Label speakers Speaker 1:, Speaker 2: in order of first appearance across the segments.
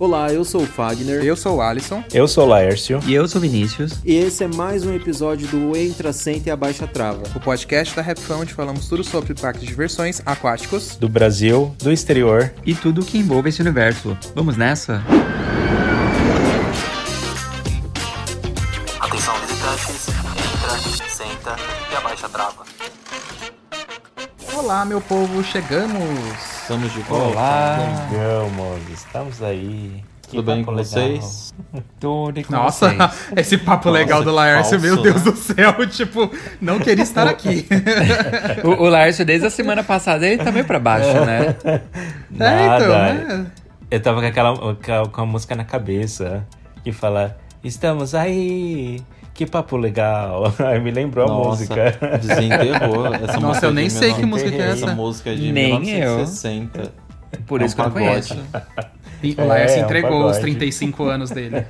Speaker 1: Olá, eu sou o Fagner.
Speaker 2: Eu sou o Alisson.
Speaker 3: Eu sou o Laércio.
Speaker 4: E eu sou o Vinícius.
Speaker 1: E esse é mais um episódio do Entra, Senta e Abaixa Trava.
Speaker 2: O podcast da Repfão, onde falamos tudo sobre parques de versões aquáticos.
Speaker 3: Do Brasil, do exterior.
Speaker 4: E tudo o que envolve esse universo. Vamos nessa?
Speaker 5: Atenção, visitantes. Entra, senta e abaixa a trava.
Speaker 2: Olá, meu povo, chegamos!
Speaker 1: Estamos de volta.
Speaker 3: Olá, chegamos, estamos aí. Que
Speaker 1: Tudo bem
Speaker 3: papo
Speaker 1: com
Speaker 3: legal.
Speaker 1: vocês?
Speaker 3: Tudo e com
Speaker 2: Nossa,
Speaker 3: vocês.
Speaker 2: esse papo legal
Speaker 1: Nossa,
Speaker 2: do Laércio,
Speaker 1: falso,
Speaker 2: meu Deus
Speaker 1: né?
Speaker 2: do céu, tipo, não queria estar aqui.
Speaker 4: O, o Lárcio, desde a semana passada, ele tá meio pra baixo, né?
Speaker 3: Nada.
Speaker 2: É, então, né?
Speaker 3: Eu tava com aquela com a- com a música na cabeça que fala: Estamos aí, que papo legal. Aí me lembrou a música.
Speaker 1: Desenterrou. Essa
Speaker 2: Nossa,
Speaker 1: música
Speaker 2: eu
Speaker 1: é
Speaker 2: nem
Speaker 1: de
Speaker 2: sei que
Speaker 1: 19
Speaker 2: música que é essa.
Speaker 1: Essa música é de
Speaker 4: Nem eu.
Speaker 1: 1960.
Speaker 4: Por
Speaker 1: É um
Speaker 4: isso que eu não
Speaker 1: pagode.
Speaker 4: conheço.
Speaker 2: E o
Speaker 3: É,
Speaker 2: Laércio
Speaker 3: é um
Speaker 2: entregou os
Speaker 3: pagode.
Speaker 2: 35 anos dele.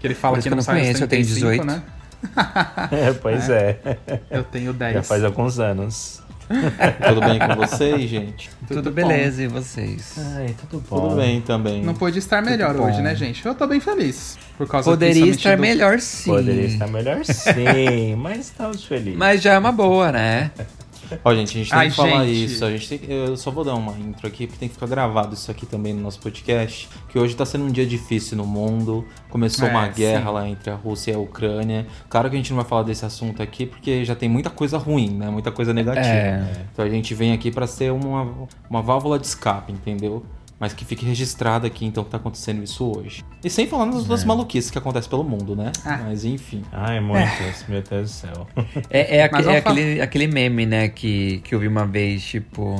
Speaker 2: Que ele
Speaker 4: Por
Speaker 2: fala
Speaker 4: isso
Speaker 2: que
Speaker 4: que eu
Speaker 2: não
Speaker 4: não
Speaker 2: sai dos
Speaker 4: conheço, eu tenho
Speaker 2: 35,
Speaker 4: 18.
Speaker 2: né?
Speaker 3: É, pois é.
Speaker 2: Eu tenho 10.
Speaker 3: Já faz alguns anos.
Speaker 1: Tudo bem com vocês, gente?
Speaker 4: Tudo,
Speaker 2: Tudo
Speaker 4: beleza, e vocês?
Speaker 3: Ai, tá tudo bom.
Speaker 1: Tudo bem também.
Speaker 2: Não pôde estar melhor
Speaker 4: bom.
Speaker 2: hoje, né, gente? Eu tô bem feliz. Por causa
Speaker 4: Poderia
Speaker 2: principalmente
Speaker 4: estar
Speaker 2: do-
Speaker 4: melhor sim.
Speaker 3: Poderia estar melhor sim, mas estamos felizes.
Speaker 4: Mas já é uma boa, né?
Speaker 1: Ó, gente, a gente tem
Speaker 2: Ai,
Speaker 1: que falar
Speaker 2: gente.
Speaker 1: isso. A gente tem, que- eu só vou dar uma intro aqui, porque tem que ficar gravado isso aqui também no nosso podcast. Que hoje tá sendo um dia difícil no mundo. Começou
Speaker 2: É,
Speaker 1: uma
Speaker 2: sim.
Speaker 1: guerra lá entre a Rússia e a Ucrânia. Claro que a gente não vai falar desse assunto aqui, porque já tem muita coisa ruim, né? Muita coisa negativa.
Speaker 4: É.
Speaker 1: Então a gente vem aqui pra ser uma, uma válvula de escape, entendeu? Mas que fique registrado aqui, então, que tá acontecendo isso hoje. E sem falar nas
Speaker 4: É.
Speaker 1: outras maluquices que acontecem pelo mundo, né?
Speaker 2: Ah.
Speaker 1: Mas enfim.
Speaker 3: Ai, muitos, meu Deus do céu.
Speaker 4: É, é aque-
Speaker 2: Mas
Speaker 4: é
Speaker 2: vamos
Speaker 4: aquele, aquele meme, né, que, que eu vi uma vez, tipo.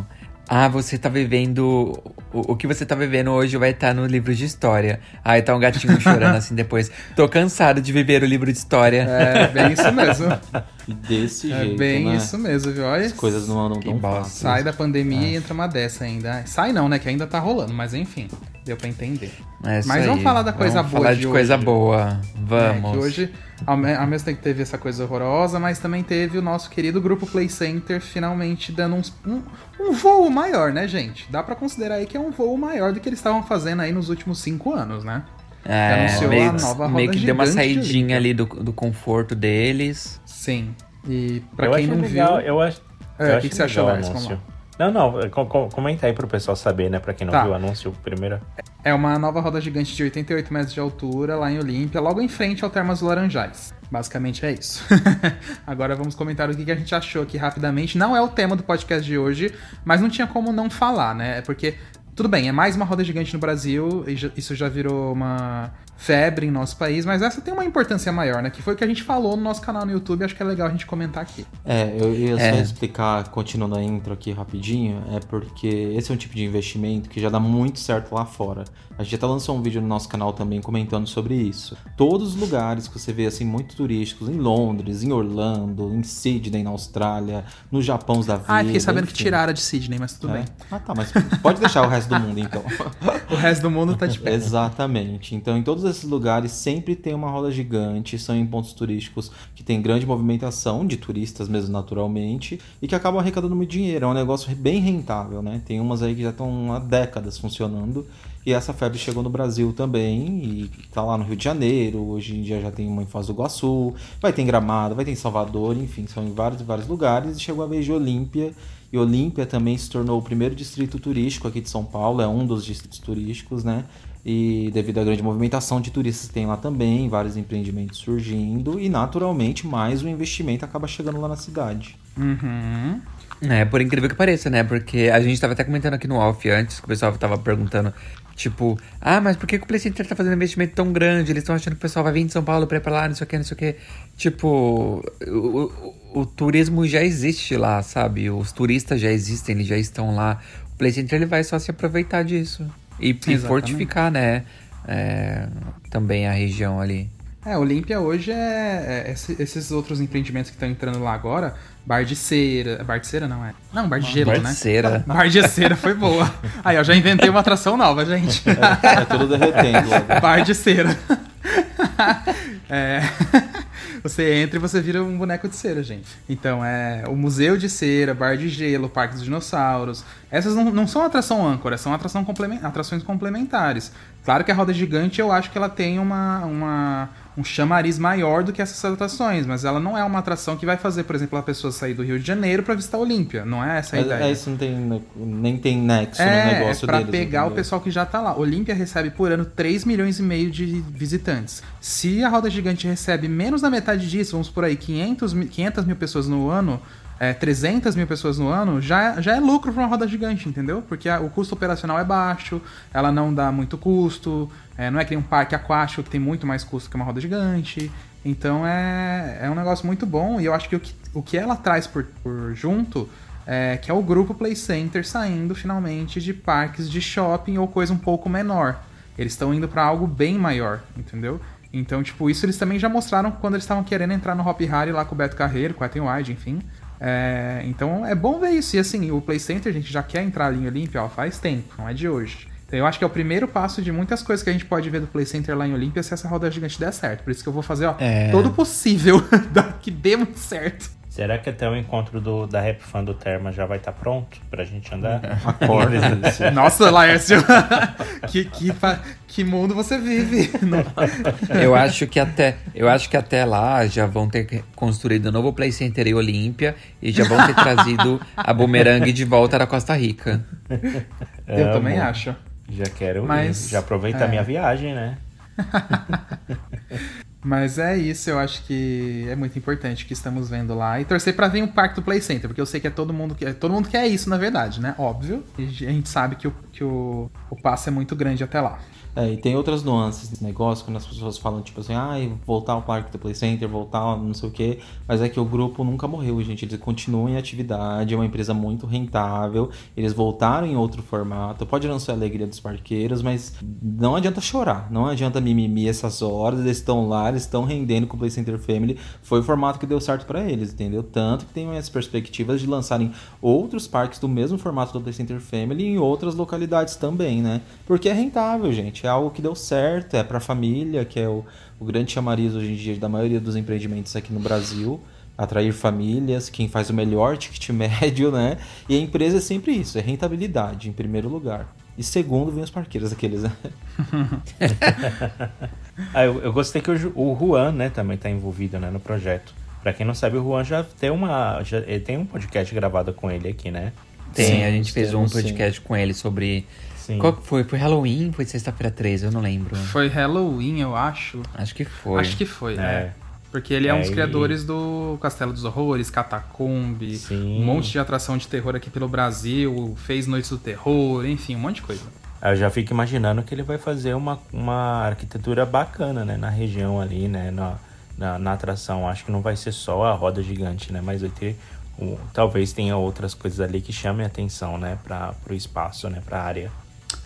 Speaker 4: Ah, você tá vivendo. O, o que você tá vivendo hoje vai estar no livro de história. Aí tá um gatinho chorando assim depois. Tô cansado de viver o livro de história.
Speaker 2: É, bem isso mesmo.
Speaker 1: E desse
Speaker 2: É
Speaker 1: jeito,
Speaker 2: bem
Speaker 1: né?
Speaker 2: isso mesmo, viu? Olha
Speaker 1: As
Speaker 2: isso.
Speaker 1: coisas não andam
Speaker 4: Que
Speaker 1: tão
Speaker 4: bosta.
Speaker 1: fáceis.
Speaker 2: Sai da pandemia e entra uma dessa ainda. Ai, Sai não, né? Que ainda tá rolando, mas enfim, deu pra entender.
Speaker 4: É isso
Speaker 2: Mas vamos
Speaker 4: aí.
Speaker 2: falar da coisa
Speaker 4: Vamos
Speaker 2: boa
Speaker 4: Falar de,
Speaker 2: de
Speaker 4: coisa
Speaker 2: hoje.
Speaker 4: boa.
Speaker 2: É,
Speaker 4: Vamos.
Speaker 2: que hoje, ao, me- ao mesmo tempo que teve essa coisa horrorosa, mas também teve o nosso querido grupo Play Center finalmente dando uns- um, um voo maior, né, gente? Dá pra considerar aí que é um voo maior do que eles estavam fazendo aí nos últimos cinco anos, né?
Speaker 4: É,
Speaker 2: anunciou
Speaker 4: meio,
Speaker 2: a nova roda
Speaker 4: meio que deu uma
Speaker 2: gigante de Olympia.
Speaker 4: saidinha ali do, do conforto deles.
Speaker 2: Sim. E pra
Speaker 3: Eu
Speaker 2: quem
Speaker 3: achei
Speaker 2: não
Speaker 3: legal,
Speaker 2: viu.
Speaker 3: eu acho.
Speaker 2: É,
Speaker 3: eu
Speaker 2: o que,
Speaker 3: achei
Speaker 2: que você achou,
Speaker 3: legal o
Speaker 2: Lars? Vamos lá.
Speaker 3: anúncio. Não, não, é, com- com- comenta aí pro pessoal saber, né? Pra quem não
Speaker 2: Tá.
Speaker 3: viu o anúncio primeiro.
Speaker 2: É uma nova roda gigante de 88 metros de altura lá em Olímpia, logo em frente ao Termas do Laranjais. Basicamente é isso. Agora vamos comentar o que que a gente achou aqui rapidamente. Não é o tema do podcast de hoje, mas não tinha como não falar, né? É Porque, tudo bem, é mais uma roda gigante no Brasil, e já- isso já virou uma febre em nosso país, mas essa tem uma importância maior, né? Que foi o que a gente falou no nosso canal no YouTube, acho que é legal a gente comentar aqui.
Speaker 4: É, eu ia só
Speaker 6: É.
Speaker 4: explicar, continuando a intro aqui rapidinho, é porque esse é um tipo de investimento que já dá muito certo lá fora. A gente até lançou um vídeo no nosso canal também comentando sobre isso. Todos os lugares que você vê, assim, muito turísticos, em Londres, em Orlando, em Sydney, na Austrália, no Japão da vida.
Speaker 2: Ah, eu fiquei sabendo que
Speaker 4: enfim.
Speaker 2: tiraram de Sydney, mas tudo
Speaker 4: É.
Speaker 2: bem.
Speaker 4: Ah, tá, mas pode deixar o resto do mundo então.
Speaker 2: O resto do mundo tá de pé.
Speaker 4: Exatamente. Então, em todos esses lugares sempre tem uma roda gigante, são em pontos turísticos que tem grande movimentação de turistas mesmo naturalmente e que acabam arrecadando muito dinheiro. É um negócio bem rentável, né? Tem umas aí que já estão há décadas funcionando. E essa febre chegou no Brasil também e tá lá no Rio de Janeiro, hoje em dia já tem uma em Foz do Iguaçu, vai ter em Gramado, vai ter em Salvador, enfim, são em vários vários lugares e chegou a vez de Olímpia e Olímpia também se tornou o primeiro distrito turístico aqui de São Paulo, é um dos distritos turísticos, né? E devido à grande movimentação de turistas que tem lá também, vários empreendimentos surgindo e naturalmente mais o investimento acaba chegando lá na cidade.
Speaker 2: Uhum.
Speaker 6: É, por incrível que pareça, né? Porque a gente tava até comentando aqui no off antes, que o pessoal tava perguntando, tipo, ah, mas por que, que o Play Center tá fazendo um investimento tão grande? Eles estão achando que o pessoal vai vir de São Paulo pra ir pra lá, não sei o que, não sei o que. Tipo, o, o- o turismo já existe lá, sabe? Os turistas já existem, eles já estão lá. O Play Center ele vai só se aproveitar disso. E, e
Speaker 2: Exatamente.
Speaker 6: fortificar, né? É, também a região ali.
Speaker 2: É, Olímpia hoje é, é esse- esses outros empreendimentos que estão entrando lá agora, bar de cera, bar de cera não é? Não, bar de gelo, né?
Speaker 6: Parceira.
Speaker 2: Bar de cera foi boa. Aí eu já inventei uma atração nova, gente.
Speaker 4: É tudo derretendo lá.
Speaker 2: Bar de cera. É, Você entra e você vira um boneco de cera, gente. Então, é o Museu de Cera, Bar de Gelo, Parque dos Dinossauros. Essas não, não são atração âncora, são atração complemen- atrações complementares. Claro que a Roda Gigante, eu acho que ela tem uma, uma- um chamariz maior do que essas atrações, mas ela não é uma atração que vai fazer, por exemplo, a pessoa sair do Rio de Janeiro pra visitar a Olímpia. Não é essa a
Speaker 4: Mas
Speaker 2: ideia.
Speaker 4: é, isso não tem, ne- nem tem nexo no
Speaker 2: É,
Speaker 4: negócio
Speaker 2: é pra
Speaker 4: deles.
Speaker 2: pegar o
Speaker 4: entendeu?
Speaker 2: pessoal que já tá lá. Olímpia recebe por ano 3 milhões e meio de visitantes. Se a Roda Gigante recebe menos da metade disso, vamos por aí, 500, mi- 500 mil pessoas no ano, é, 300 mil pessoas no ano, já, já é lucro pra uma Roda Gigante, entendeu? Porque a- o custo operacional é baixo, ela não dá muito custo, é, não é que nem um parque aquático que tem muito mais custo que uma Roda Gigante. Então é, é um negócio muito bom e eu acho que o que, o que ela traz por- por junto é, que é o grupo Play Center saindo finalmente de parques de shopping ou coisa um pouco menor. Eles estão indo pra algo bem maior, entendeu? Então, tipo, isso eles também já mostraram quando eles estavam querendo entrar no Hop Harry lá com o Beto Carreiro, com a Ethan Wide, enfim. É, então é bom ver isso. E assim, o Play Center, a gente já quer entrar ali em Olímpia, ó, faz tempo, não é de hoje. Então eu acho que é o primeiro passo de muitas coisas que a gente pode ver do Play Center lá em Olímpia se essa roda gigante der certo. Por isso que eu vou fazer, ó,
Speaker 6: É.
Speaker 2: todo possível que dê muito certo.
Speaker 3: Será que até o encontro do, da Rap Fan do Terma já vai estar pronto pra gente andar?
Speaker 2: É.
Speaker 4: Acorda, Luciano.
Speaker 2: Nossa, Laércio, que, que, fa- que mundo você vive. Não-
Speaker 6: Eu acho que até eu acho que até lá já vão ter construído um novo Play Center em Olímpia e já vão ter trazido a bumerangue de volta da Costa Rica.
Speaker 2: eu
Speaker 3: Amo.
Speaker 2: também acho.
Speaker 3: Já quero
Speaker 2: Mas-
Speaker 3: ir. Já aproveita
Speaker 2: é.
Speaker 3: a minha viagem, né?
Speaker 2: Mas é isso, eu acho que é muito importante o que estamos vendo lá. E torcer pra vir o parque do Play Center, porque eu sei que é todo mundo que todo mundo quer isso, na verdade, né? Óbvio. E a gente sabe que o, que o, o passo é muito grande até lá.
Speaker 4: É, e tem outras nuances desse negócio, quando as pessoas falam, tipo assim, ah, voltar ao parque do Play Center, voltar ao não sei o quê, mas é que o grupo nunca morreu, gente, eles continuam em atividade, é uma empresa muito rentável, eles voltaram em outro formato, pode não ser a alegria dos parqueiros, mas não adianta chorar, não adianta mimimi essas horas, eles estão lá, eles estão rendendo com o Play Center Family, foi o formato que deu certo pra eles, entendeu? Tanto que tem as perspectivas de lançarem outros parques do mesmo formato do Play Center Family em outras localidades também, né? Porque é rentável, gente, é algo que deu certo, é pra família, que é o, o grande chamariz hoje em dia da maioria dos empreendimentos aqui no Brasil. Atrair famílias, quem faz o melhor ticket médio, né? E a empresa é sempre isso, é rentabilidade em primeiro lugar. E segundo, vem os parqueiros, aqueles, né?
Speaker 3: Ah, eu, eu gostei que o, Ju- o Juan, né, também tá envolvido, né, no projeto. Pra quem não sabe, o Juan já tem uma... Já, ele tem um podcast gravado com ele aqui, né?
Speaker 6: Tem,
Speaker 4: Sim,
Speaker 6: a gente fez um
Speaker 4: temos, sim.
Speaker 6: podcast com ele sobre
Speaker 3: Sim.
Speaker 6: qual que foi? Foi Halloween? Foi sexta-feira 13, eu não lembro.
Speaker 2: Foi Halloween, eu acho.
Speaker 6: Acho que foi.
Speaker 2: Acho que foi, é.
Speaker 3: É.
Speaker 2: Porque ele é um dos
Speaker 3: É, e-
Speaker 2: criadores do Castelo dos Horrores, Catacombe,
Speaker 3: Sim.
Speaker 2: um monte de atração de terror aqui pelo Brasil, fez Noites do Terror, enfim, um monte de coisa.
Speaker 3: Eu já fico imaginando que ele vai fazer uma, uma arquitetura bacana, né? Na região ali, né? Na, na, na atração. Acho que não vai ser só a roda gigante, né? Mas vai ter. um- talvez tenha outras coisas ali que chamem a atenção, né? Para o espaço, né? Para a área.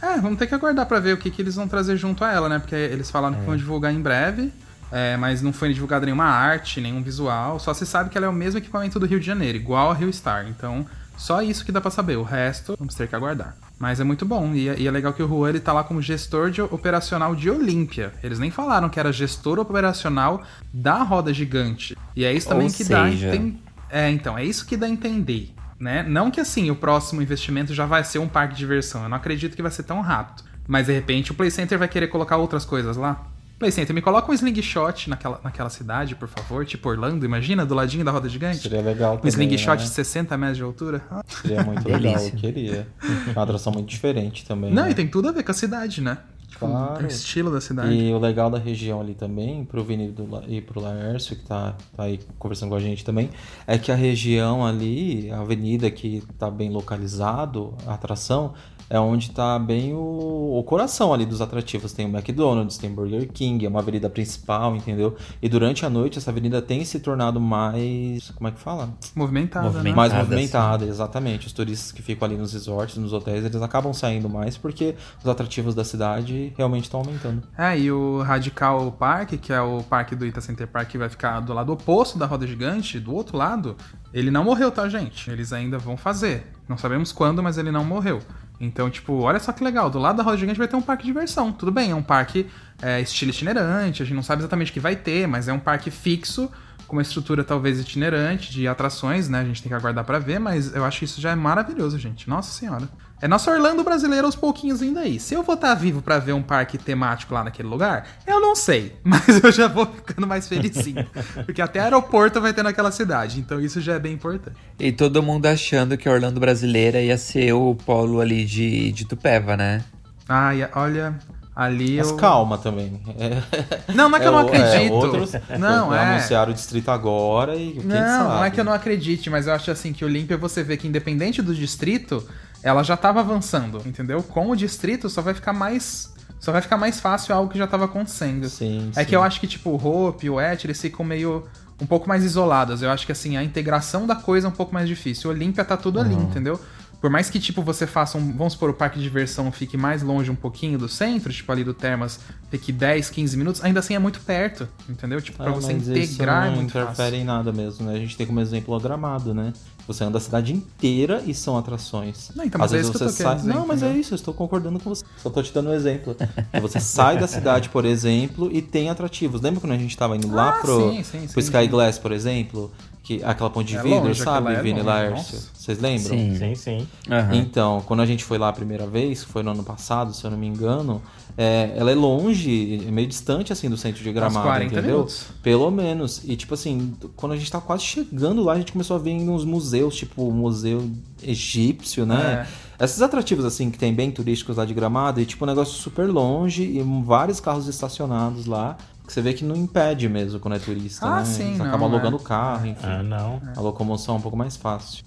Speaker 2: É, vamos ter que aguardar pra ver o que, que eles vão trazer junto a ela, né? Porque eles falaram
Speaker 1: É.
Speaker 2: que vão divulgar em breve, é, mas não foi divulgada nenhuma arte, nenhum visual. Só se sabe que ela é o mesmo equipamento do Rio de Janeiro, igual a Rio Star. Então, só isso que dá pra saber. O resto, vamos ter que aguardar. Mas é muito bom, e, é- e é legal que o Juan ele tá lá como gestor de- operacional de Olímpia. Eles nem falaram que era gestor operacional da roda gigante. E é isso também
Speaker 1: Ou
Speaker 2: que dá.
Speaker 1: seja-
Speaker 2: Tem, é, então, é isso que dá a entender. Né? Não que assim o próximo investimento já vai ser um parque de diversão. Eu não acredito que vai ser tão rápido. Mas de repente o Play Center vai querer colocar outras coisas lá. Play Center, me coloca um slingshot naquela, naquela cidade, por favor. Tipo Orlando, imagina, do ladinho da roda gigante.
Speaker 4: Seria
Speaker 2: um
Speaker 4: legal também,
Speaker 2: slingshot
Speaker 4: né?
Speaker 2: de 60 metros de altura. Ah.
Speaker 4: Seria muito legal,
Speaker 1: Delícia.
Speaker 4: eu queria. É Uma atração muito diferente também.
Speaker 2: Não,
Speaker 4: né?
Speaker 2: e tem tudo a ver com a cidade, né? Tipo,
Speaker 4: Claro.
Speaker 2: o estilo da cidade.
Speaker 4: E o legal da região ali também, pro Vini do La- e pro Laércio, que tá, tá aí conversando com a gente também, é que a região ali, a avenida que tá bem localizado, a atração, é onde tá bem o, o coração ali dos atrativos. Tem o McDonald's, tem Burger King, é uma avenida principal, entendeu? E durante a noite essa avenida tem se tornado mais. Como é que fala?
Speaker 2: Movimentada,
Speaker 1: Movimento.
Speaker 2: né?
Speaker 4: mais
Speaker 1: Movimentada,
Speaker 4: movimentada, exatamente. Os turistas que ficam ali nos resorts, nos hotéis, eles acabam saindo mais porque os atrativos da cidade realmente estão aumentando.
Speaker 2: É, e o Radical Park, que é o parque do Ita Center Park, que vai ficar do lado oposto da roda gigante, do outro lado, ele não morreu, tá, gente? Eles ainda vão fazer. Não sabemos quando, mas ele não morreu. Então, tipo, olha só que legal, do lado da roda gigante vai ter um parque de diversão. Tudo bem, é um parque é, estilo itinerante, a gente não sabe exatamente o que vai ter, mas é um parque fixo, com uma estrutura talvez itinerante, de atrações, né? A gente tem que aguardar pra ver, mas eu acho que isso já é maravilhoso, gente. Nossa senhora. É nosso Orlando brasileiro aos pouquinhos ainda aí. Se eu vou estar vivo pra ver um parque temático lá naquele lugar, eu não sei, mas eu já vou ficando mais felizinho. porque até aeroporto vai ter naquela cidade, então isso já é bem importante.
Speaker 1: E todo mundo achando que Orlando Brasileira ia ser o polo ali de, de Tupéva, né?
Speaker 2: Ai, olha, ali
Speaker 4: Mas
Speaker 2: eu...
Speaker 4: calma também. É-
Speaker 2: Não, não é que eu não
Speaker 4: o-
Speaker 2: acredito.
Speaker 4: outros-
Speaker 2: Não, é.
Speaker 4: Anunciaram o distrito agora e quem
Speaker 2: Não,
Speaker 4: sabe?
Speaker 2: não é que eu não acredite, mas eu acho assim que o Olímpia você vê que independente do distrito, ela já tava avançando, entendeu? Com o distrito só vai ficar mais só vai ficar mais fácil algo que já tava acontecendo.
Speaker 4: Sim,
Speaker 2: é
Speaker 4: sim.
Speaker 2: que eu acho que tipo o Hope, o Et, eles ficam meio um pouco mais isolados. Eu acho que assim a integração da coisa é um pouco mais difícil. O Olímpia tá tudo ali, entendeu? Por mais que, tipo, você faça um. Vamos supor, o parque de diversão fique mais longe um pouquinho do centro, tipo ali do Termas, fique 10, 15 minutos, ainda assim é muito perto, entendeu? Tipo, pra
Speaker 4: Ah,
Speaker 2: você
Speaker 4: mas isso
Speaker 2: integrar é
Speaker 4: não
Speaker 2: muito
Speaker 4: interfere
Speaker 2: fácil.
Speaker 4: em nada mesmo, né? A gente tem como exemplo a Gramado, né? Você anda a cidade inteira e são atrações.
Speaker 2: Não, então, mas
Speaker 4: Às
Speaker 2: é
Speaker 4: vezes
Speaker 2: isso que
Speaker 4: você
Speaker 2: eu tô
Speaker 4: sai.
Speaker 2: querendo dizer,
Speaker 4: não, mas é
Speaker 2: entendeu?
Speaker 4: isso, eu estou concordando com você. Só tô te dando um exemplo. Que você sai da cidade, por exemplo, e tem atrativos. Lembra quando a gente tava indo lá
Speaker 2: Ah,
Speaker 4: pro,
Speaker 2: sim, sim,
Speaker 4: pro
Speaker 2: sim,
Speaker 4: Sky
Speaker 2: sim.
Speaker 4: Glass, por exemplo? Que, aquela ponte de
Speaker 2: É
Speaker 4: vidro,
Speaker 2: longe,
Speaker 4: sabe,
Speaker 2: aquela é
Speaker 4: Vini
Speaker 2: longe,
Speaker 4: Laércio?
Speaker 2: nossa.
Speaker 4: Vocês lembram?
Speaker 1: Sim.
Speaker 3: Sim, sim.
Speaker 4: Então, quando a gente foi lá a primeira vez, foi no ano passado, se eu não me engano, é, ela é longe, é meio distante assim do centro de Gramado,
Speaker 2: 40
Speaker 4: entendeu?
Speaker 2: minutos.
Speaker 4: Pelo menos. E tipo assim, quando a gente tá quase chegando lá, a gente começou a ver uns museus, tipo o Museu Egípcio, né?
Speaker 2: É.
Speaker 4: Esses atrativos assim que tem bem turísticos lá de Gramado, e tipo um negócio super longe e um, vários carros estacionados lá, que você vê que não impede mesmo quando é turista,
Speaker 2: Ah,
Speaker 4: né?
Speaker 2: sim,
Speaker 4: Eles
Speaker 2: não,
Speaker 4: acabam
Speaker 2: é.
Speaker 4: alugando o carro, enfim.
Speaker 3: Ah, não.
Speaker 4: A locomoção é um pouco mais fácil.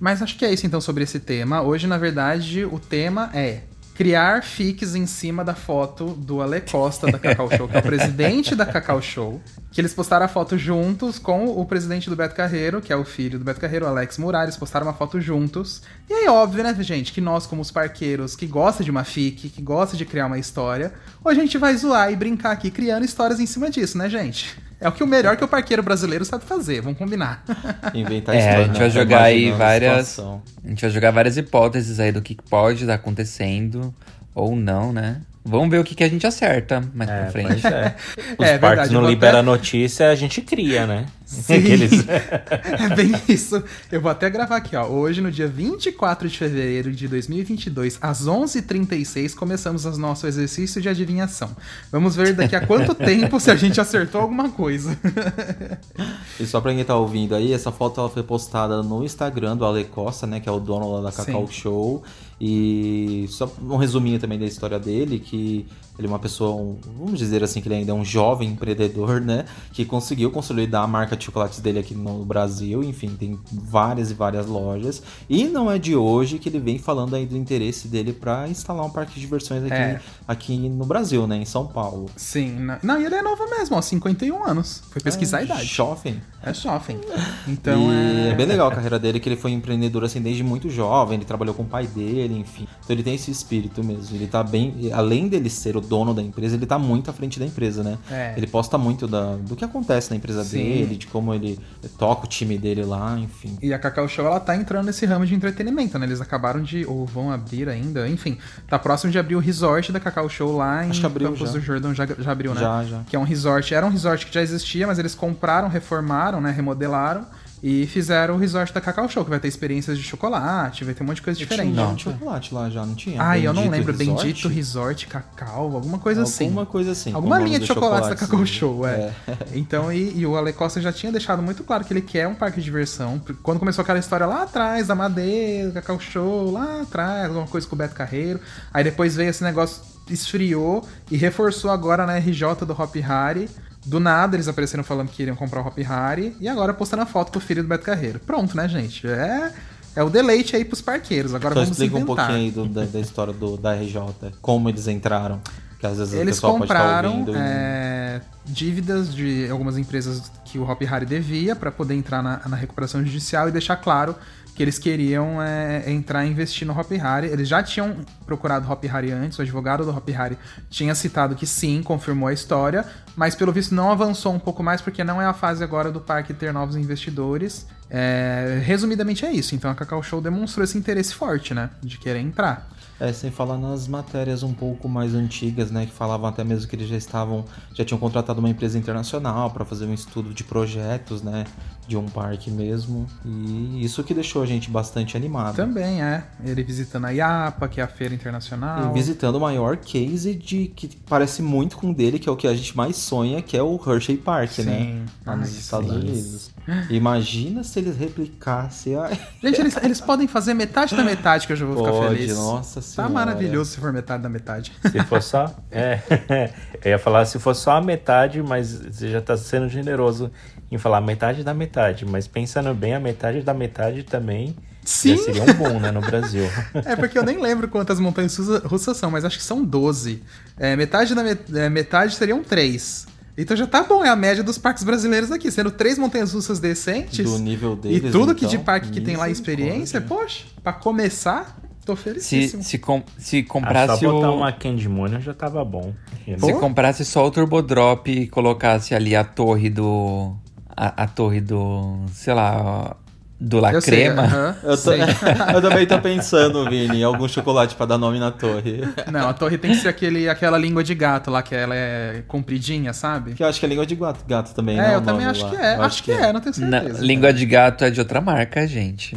Speaker 2: Mas acho que é isso então sobre esse tema. Hoje, na verdade, o tema é criar fiques em cima da foto do Ale Costa da Cacau Show, que é o presidente da Cacau Show, que eles postaram a foto juntos com o presidente do Beto Carreiro, que é o filho do Beto Carreiro, Alex Muralles, postaram uma foto juntos. E aí, óbvio, né, gente, que nós como os parqueiros que gosta de uma fique, que gosta de criar uma história, hoje a gente vai zoar e brincar aqui criando histórias em cima disso, né, gente? É o que o melhor que o parqueiro brasileiro sabe fazer, vamos combinar.
Speaker 4: Inventar
Speaker 1: É,
Speaker 4: história,
Speaker 1: a gente
Speaker 4: né?
Speaker 1: vai
Speaker 4: Ficar
Speaker 1: jogar aí
Speaker 4: imaginando a
Speaker 1: várias-
Speaker 4: situação.
Speaker 1: A gente vai jogar várias hipóteses aí do que pode estar acontecendo ou não, né? Vamos ver o que, que a gente acerta mais pra frente.
Speaker 3: Pois é. Os
Speaker 2: É,
Speaker 3: parques
Speaker 2: verdade, eu
Speaker 3: não
Speaker 2: vou
Speaker 3: liberam
Speaker 2: até-
Speaker 3: a notícia, a gente cria, né?
Speaker 2: Sim. É bem isso. Eu vou até gravar aqui, ó. Hoje, no dia 24 de fevereiro de 2022, às 11h36, começamos o nosso exercício de adivinhação. Vamos ver daqui a quanto tempo se a gente acertou alguma coisa.
Speaker 4: E só pra quem tá ouvindo aí, essa foto ela foi postada no Instagram do Ale Costa, né? Que é o dono lá da Cacau
Speaker 2: Sim.
Speaker 4: Show. E só um resuminho também da história dele, que Ele é uma pessoa, um- vamos dizer assim, que ele ainda é um jovem empreendedor, né? Que conseguiu consolidar a marca de chocolates dele aqui no Brasil. Enfim, tem várias e várias lojas. E não é de hoje que ele vem falando aí do interesse dele para instalar um parque de diversões aqui,
Speaker 2: É.
Speaker 4: aqui no Brasil, né? Em São Paulo.
Speaker 2: Sim. na- Não, e ele é novo mesmo, ó, 51 anos. Foi pesquisar a idade.
Speaker 4: Jovem.
Speaker 2: É jovem. Então
Speaker 4: E
Speaker 2: é...
Speaker 4: bem legal a carreira dele, que ele foi empreendedor assim desde muito jovem, ele trabalhou com o pai dele, enfim. Então ele tem esse espírito mesmo. Ele tá bem. Além dele ser o dono da empresa, ele tá muito à frente da empresa, né?
Speaker 2: É.
Speaker 4: Ele posta muito da- do que acontece na empresa
Speaker 2: Sim. É
Speaker 4: dele, de como ele toca o time dele lá, enfim.
Speaker 2: E a Cacau Show, ela tá entrando nesse ramo de entretenimento, né? Eles acabaram de, ou vão abrir ainda, enfim. Tá próximo de abrir o resort da Cacau Show lá em
Speaker 4: Acho que abriu
Speaker 2: Campos
Speaker 4: já.
Speaker 2: do Jordão. Já, já abriu, né?
Speaker 4: Já, já.
Speaker 2: Que é um resort, era um resort que já existia, mas eles compraram, reformaram, né? Remodelaram e fizeram o resort da Cacau Show, que vai ter experiências de chocolate, vai ter um monte de coisa diferente.
Speaker 4: Tinha um chocolate lá já, não tinha?
Speaker 2: Ai, eu não
Speaker 4: Bendito
Speaker 2: lembro.
Speaker 4: Resort?
Speaker 2: Bendito Resort, Cacau, alguma coisa assim.
Speaker 4: Alguma coisa assim.
Speaker 2: Alguma
Speaker 4: com o
Speaker 2: linha
Speaker 4: nome
Speaker 2: de
Speaker 4: dos
Speaker 2: chocolates da Cacau
Speaker 4: né?
Speaker 2: Show, é. Então, e, e o Ale Costa já tinha deixado muito claro que ele quer um parque de diversão. Quando começou aquela história lá atrás, da Madeira, Cacau Show, lá atrás, alguma coisa com o Beto Carreiro. Aí depois veio esse negócio, esfriou e reforçou agora na RJ do Hop Harry. Do nada eles apareceram falando que iriam comprar o Hop Harry. E agora postando a foto com o filho do Beto Carreiro. Pronto, né, gente? É, é o deleite aí pros parqueiros. Agora
Speaker 4: Só
Speaker 2: vamos
Speaker 4: explica
Speaker 2: inventar.
Speaker 4: um pouquinho aí do- da, da história do, da RJ, como eles entraram. Que às vezes o
Speaker 2: Eles
Speaker 4: pessoal
Speaker 2: compraram
Speaker 4: pode estar ouvindo. e não-
Speaker 2: é, dívidas de algumas empresas que o Hop Harry devia para poder entrar na, na recuperação judicial e deixar claro que eles queriam é, entrar e investir no Hop Harry. Eles já tinham procurado o Hop Harry antes, o advogado do Hop Harry tinha citado que sim, confirmou a história, mas pelo visto não avançou um pouco mais porque não é a fase agora do parque ter novos investidores. É, resumidamente é isso. Então a Cacau Show demonstrou esse interesse forte, né, de querer entrar.
Speaker 4: É, sem falar nas matérias um pouco mais antigas, né, que falavam até mesmo que eles já estavam, já tinham contratado uma empresa internacional para fazer um estudo de projetos, né, de um parque mesmo. E isso que deixou a gente bastante animado.
Speaker 2: Também é. Ele visitando a IAPA, que é a feira internacional.
Speaker 4: E visitando o maior case de que parece muito com o dele, que é o que a gente mais sonha, que é o Hershey Park, né?
Speaker 2: Sim.
Speaker 4: Lá nos
Speaker 2: Ai,
Speaker 4: Estados
Speaker 2: sim.
Speaker 4: Unidos. Imagina se eles replicassem a.
Speaker 2: Gente, eles, eles podem fazer metade da metade que eu já vou ficar
Speaker 4: Pode,
Speaker 2: feliz.
Speaker 4: nossa
Speaker 2: Tá
Speaker 4: senhora.
Speaker 2: maravilhoso se for metade da metade.
Speaker 3: Se for só. É, eu ia falar se for só a metade, mas você já tá sendo generoso em falar metade da metade. Mas pensando bem, a metade da metade também
Speaker 2: Sim.
Speaker 3: já seria um bom, né, no Brasil.
Speaker 2: É porque eu nem lembro quantas montanhas russa- russas são, mas acho que são 12. É, metade da met- é, metade seriam 3. Então já tá bom, é a média dos parques brasileiros aqui. Sendo três montanhas russas decentes.
Speaker 4: Do nível
Speaker 2: e
Speaker 4: deles.
Speaker 2: tudo que de
Speaker 4: então,
Speaker 2: parque que tem lá
Speaker 4: misericórdia.
Speaker 2: experiência, poxa, pra começar, tô
Speaker 7: Se,
Speaker 2: felicíssimo.
Speaker 7: se, com- se
Speaker 3: Ah, só
Speaker 7: comprasse
Speaker 3: botar
Speaker 7: o,
Speaker 3: uma Candy Moon já tava bom.
Speaker 7: se comprasse só o Turbodrop e colocasse ali a torre do a, a torre do, sei lá, do La
Speaker 2: eu sei,
Speaker 7: Crema.
Speaker 2: aham,
Speaker 4: Eu, tô-
Speaker 2: sei.
Speaker 4: eu também tô pensando, Vini, em algum chocolate pra dar nome na torre.
Speaker 2: Não, a torre tem que ser aquele, aquela língua de gato lá, que ela é compridinha, sabe?
Speaker 4: Que eu acho que é língua de gato, gato também, né?
Speaker 2: É,
Speaker 4: o
Speaker 2: eu também
Speaker 4: nome
Speaker 2: acho
Speaker 4: lá.
Speaker 2: que é.
Speaker 4: Eu
Speaker 2: Acho, que, é. não tenho
Speaker 7: Na-
Speaker 2: certeza.
Speaker 7: língua de gato é de outra marca, gente.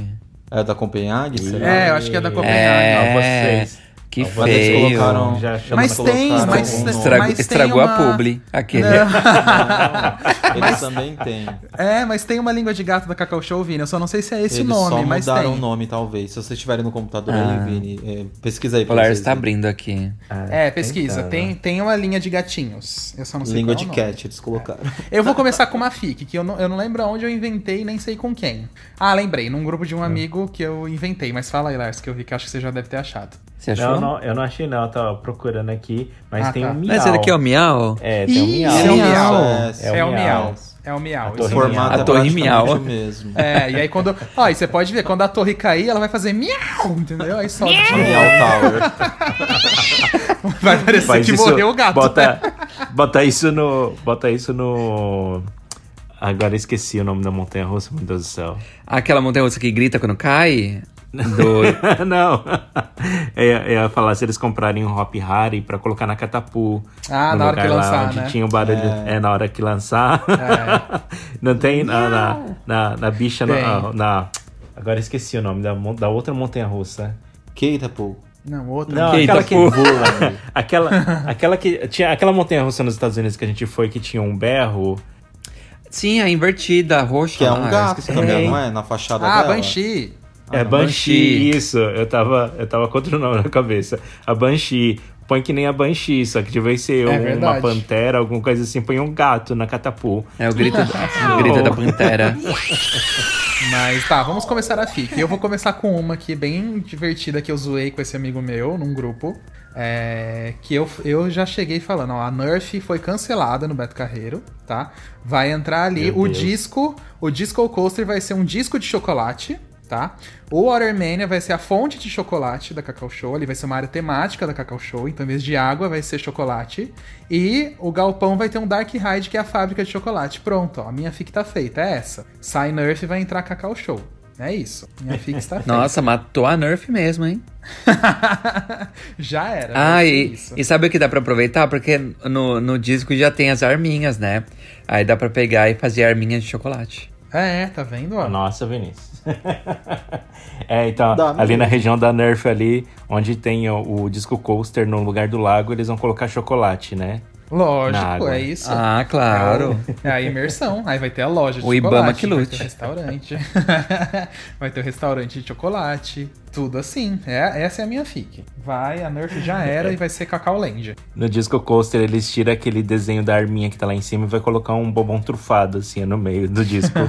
Speaker 4: É da Copenhague, será?
Speaker 2: É, eu acho que é da Copenhague.
Speaker 7: É,
Speaker 3: Ah, vocês.
Speaker 7: Que
Speaker 4: Mas eles
Speaker 7: feio.
Speaker 4: colocaram...
Speaker 3: Já chama-
Speaker 2: Mas tem,
Speaker 4: colocaram
Speaker 2: mas,
Speaker 4: um nome.
Speaker 7: Estrago-
Speaker 2: mas tem
Speaker 7: estragou
Speaker 2: uma-
Speaker 7: a publi, aquele.
Speaker 4: Eles também têm.
Speaker 2: É, mas tem uma língua de gato da Cacau Show, Vini. Eu só não sei se é esse
Speaker 4: Eles
Speaker 2: nome,
Speaker 4: só
Speaker 2: mas
Speaker 4: mudaram
Speaker 2: tem.
Speaker 4: o nome, talvez. Se vocês estiverem no computador
Speaker 7: Ah.
Speaker 4: aí, Vini, é, pesquisa aí
Speaker 7: O
Speaker 4: pra
Speaker 7: Lars
Speaker 4: vocês.
Speaker 7: tá
Speaker 4: né?
Speaker 7: abrindo aqui.
Speaker 3: tá-
Speaker 2: É, pesquisa.
Speaker 3: Então,
Speaker 2: Tem, tem uma linha de gatinhos. Eu só não sei qual
Speaker 4: Língua
Speaker 2: é
Speaker 4: de
Speaker 2: o nome.
Speaker 4: cat, eles colocaram.
Speaker 2: Eu vou começar com uma fic, que eu não, eu não lembro aonde eu inventei, nem sei com quem. Ah, lembrei, num grupo de um amigo que eu inventei. Mas fala aí, Lars, que eu vi que eu acho que você já deve ter achado.
Speaker 7: Você achou?
Speaker 3: Não, não, eu não achei não, eu tava procurando aqui, mas
Speaker 2: Ah,
Speaker 3: tem
Speaker 2: tá.
Speaker 3: um miau.
Speaker 7: Mas será que é o Miau?
Speaker 3: É, tem um
Speaker 2: Ih,
Speaker 3: miau.
Speaker 2: é o miau.
Speaker 4: É,
Speaker 2: É o
Speaker 3: miau.
Speaker 2: miau. É o miau.
Speaker 3: A
Speaker 4: o
Speaker 3: torre
Speaker 2: isso.
Speaker 4: formato
Speaker 7: miau.
Speaker 4: é
Speaker 7: A torre miau.
Speaker 4: praticamente o mesmo.
Speaker 2: É, e aí quando. Ó, e você pode ver, quando a torre cair, ela vai fazer miau, entendeu? Aí solta.
Speaker 4: Miau Tower.
Speaker 2: Vai parecer
Speaker 3: Faz
Speaker 2: que
Speaker 3: isso-
Speaker 2: morreu o gato. né?
Speaker 3: Bota, bota isso no. Bota isso no. Agora eu esqueci o nome da montanha russa, meu Deus do céu.
Speaker 7: Aquela montanha russa que grita quando cai? Do...
Speaker 3: Não. É, Eu ia falar se eles comprarem um Hop Harry pra colocar na Catapu.
Speaker 2: Ah,
Speaker 3: no
Speaker 2: na hora que
Speaker 3: lugar lá
Speaker 2: lançar,
Speaker 3: onde
Speaker 2: né? É.
Speaker 3: tinha o barulho. É. na hora que lançar. Não tem na, na, na, na bicha. Na, ah,
Speaker 2: Tem.
Speaker 3: na- Agora eu esqueci o nome da, mon- da outra montanha russa.
Speaker 4: Keita, pô.
Speaker 2: Não, outra.
Speaker 3: Não,
Speaker 7: Eita,
Speaker 3: aquela que
Speaker 7: pô.
Speaker 3: voa. aquela, aquela que tinha aquela montanha russa nos Estados Unidos que a gente foi que tinha um berro.
Speaker 7: Sim, a invertida, a roxa.
Speaker 4: Que é
Speaker 7: lá,
Speaker 4: um
Speaker 7: eu
Speaker 4: gato
Speaker 7: esqueci o nome.
Speaker 4: também, não é? Na fachada
Speaker 2: Ah,
Speaker 4: dela.
Speaker 2: Banshee.
Speaker 3: é
Speaker 7: não,
Speaker 3: Banshee,
Speaker 7: Banshee.
Speaker 3: isso. Eu tava, eu tava com outro nome na cabeça. A Banshee. Põe que nem a Banshee, só que de vez ser eu,
Speaker 2: É
Speaker 3: uma
Speaker 2: verdade.
Speaker 3: pantera, alguma coisa assim. Põe um gato na catapul.
Speaker 4: É o grito, da- o grito da pantera.
Speaker 2: Mas tá, vamos começar a FIC. Eu vou começar com uma aqui bem divertida que eu zoei com esse amigo meu num grupo. é, que eu, eu já cheguei falando, ó, a Nerf foi cancelada no Beto Carreiro, tá? Vai entrar ali
Speaker 3: Meu
Speaker 2: o
Speaker 3: Deus.
Speaker 2: disco, o Disco Coaster vai ser um disco de chocolate, tá? O Watermania vai ser a fonte de chocolate da Cacau Show, ali vai ser uma área temática da Cacau Show, então em vez de água vai ser chocolate. E o Galpão vai ter um Dark Ride, que é a fábrica de chocolate. Pronto, ó, a minha fic tá feita, é essa. Sai Nerf e vai entrar Cacau Show. É isso, minha fic está feita.
Speaker 4: Nossa, matou a Nerf mesmo, hein?
Speaker 2: Já era.
Speaker 4: Ah,
Speaker 2: vai ser
Speaker 4: e,
Speaker 2: isso.
Speaker 4: e sabe o que dá pra aproveitar? Porque no, no disco já tem as arminhas, né? Aí dá pra pegar e fazer arminha de chocolate.
Speaker 2: É, tá vendo? Ó?
Speaker 3: Nossa, Vinícius. é, então,
Speaker 1: Dá,
Speaker 3: ali
Speaker 1: mas-
Speaker 3: na região da Nerf ali, onde tem o, o disco coaster no lugar do lago, eles vão colocar chocolate, né? Na
Speaker 2: Lógico,
Speaker 3: água.
Speaker 2: é isso.
Speaker 4: Ah, claro.
Speaker 2: É a imersão. Aí vai ter a loja de
Speaker 4: O
Speaker 2: chocolate.
Speaker 4: Ibama que
Speaker 2: Vai
Speaker 4: lute.
Speaker 2: ter o restaurante. vai ter o restaurante de chocolate. Tudo assim. É, essa é a minha fic. Vai, a Nerf já era e vai ser Cacau Land.
Speaker 3: No disco coaster, eles tiram aquele desenho da arminha que tá lá em cima e vai colocar um bombom trufado, assim, no meio do disco.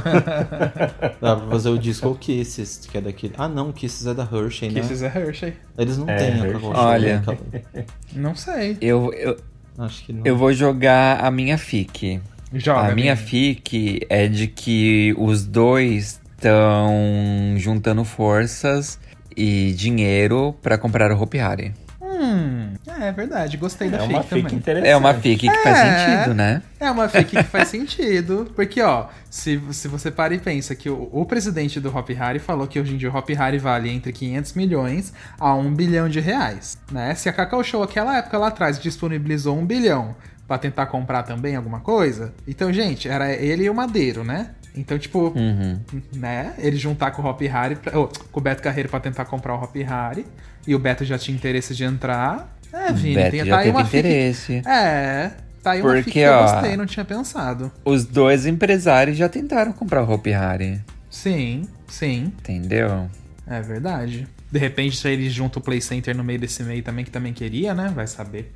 Speaker 1: Dá pra fazer o disco Kisses, que é daquele. Ah, não, Kisses é da Hershey, né?
Speaker 2: Kisses é Hershey.
Speaker 1: Eles não
Speaker 3: É,
Speaker 1: têm a
Speaker 3: Hershey.
Speaker 1: Cacau
Speaker 4: Olha.
Speaker 1: Show, né,
Speaker 2: Não sei.
Speaker 4: Eu, eu,
Speaker 1: cara? Acho que não.
Speaker 4: eu vou jogar a minha fic.
Speaker 2: Joga.
Speaker 4: a minha
Speaker 2: amigo.
Speaker 4: fic é de que os dois estão juntando forças e dinheiro pra comprar o Hopi Hari.
Speaker 2: Hum, é verdade. Gostei da
Speaker 3: é
Speaker 2: fic
Speaker 3: uma
Speaker 2: também.
Speaker 3: fic interessante.
Speaker 4: É uma fic que faz
Speaker 2: É.
Speaker 4: sentido, né?
Speaker 2: É uma fake que faz sentido, porque ó, se, se você para e pensa que o, o presidente do Hop Harry falou que hoje em dia o Hop Harry vale entre 500 milhões a 1 bilhão de reais, né? Se a Cacau Show aquela época lá atrás disponibilizou 1 bilhão pra tentar comprar também alguma coisa, então gente, era ele e o Madeiro, né? Então, tipo,
Speaker 4: Uhum.
Speaker 2: né? Ele juntar com o Hop Harry, pra- ô, com o Beto Carreiro pra tentar comprar o Hop Harry, e o Beto já tinha interesse de entrar. É, Vini,
Speaker 4: Beto
Speaker 2: tem,
Speaker 4: já
Speaker 2: tá aí
Speaker 4: teve
Speaker 2: uma fic
Speaker 4: interesse.
Speaker 2: é, tá aí uma
Speaker 4: Porque,
Speaker 2: fic que eu
Speaker 4: ó,
Speaker 2: gostei, não tinha pensado.
Speaker 4: Os dois empresários já tentaram comprar o Hopi Hari,
Speaker 2: Sim, sim,
Speaker 4: entendeu?
Speaker 2: é verdade. De repente, se ele junta o Play Center no meio desse meio também, que também queria, né? Vai saber.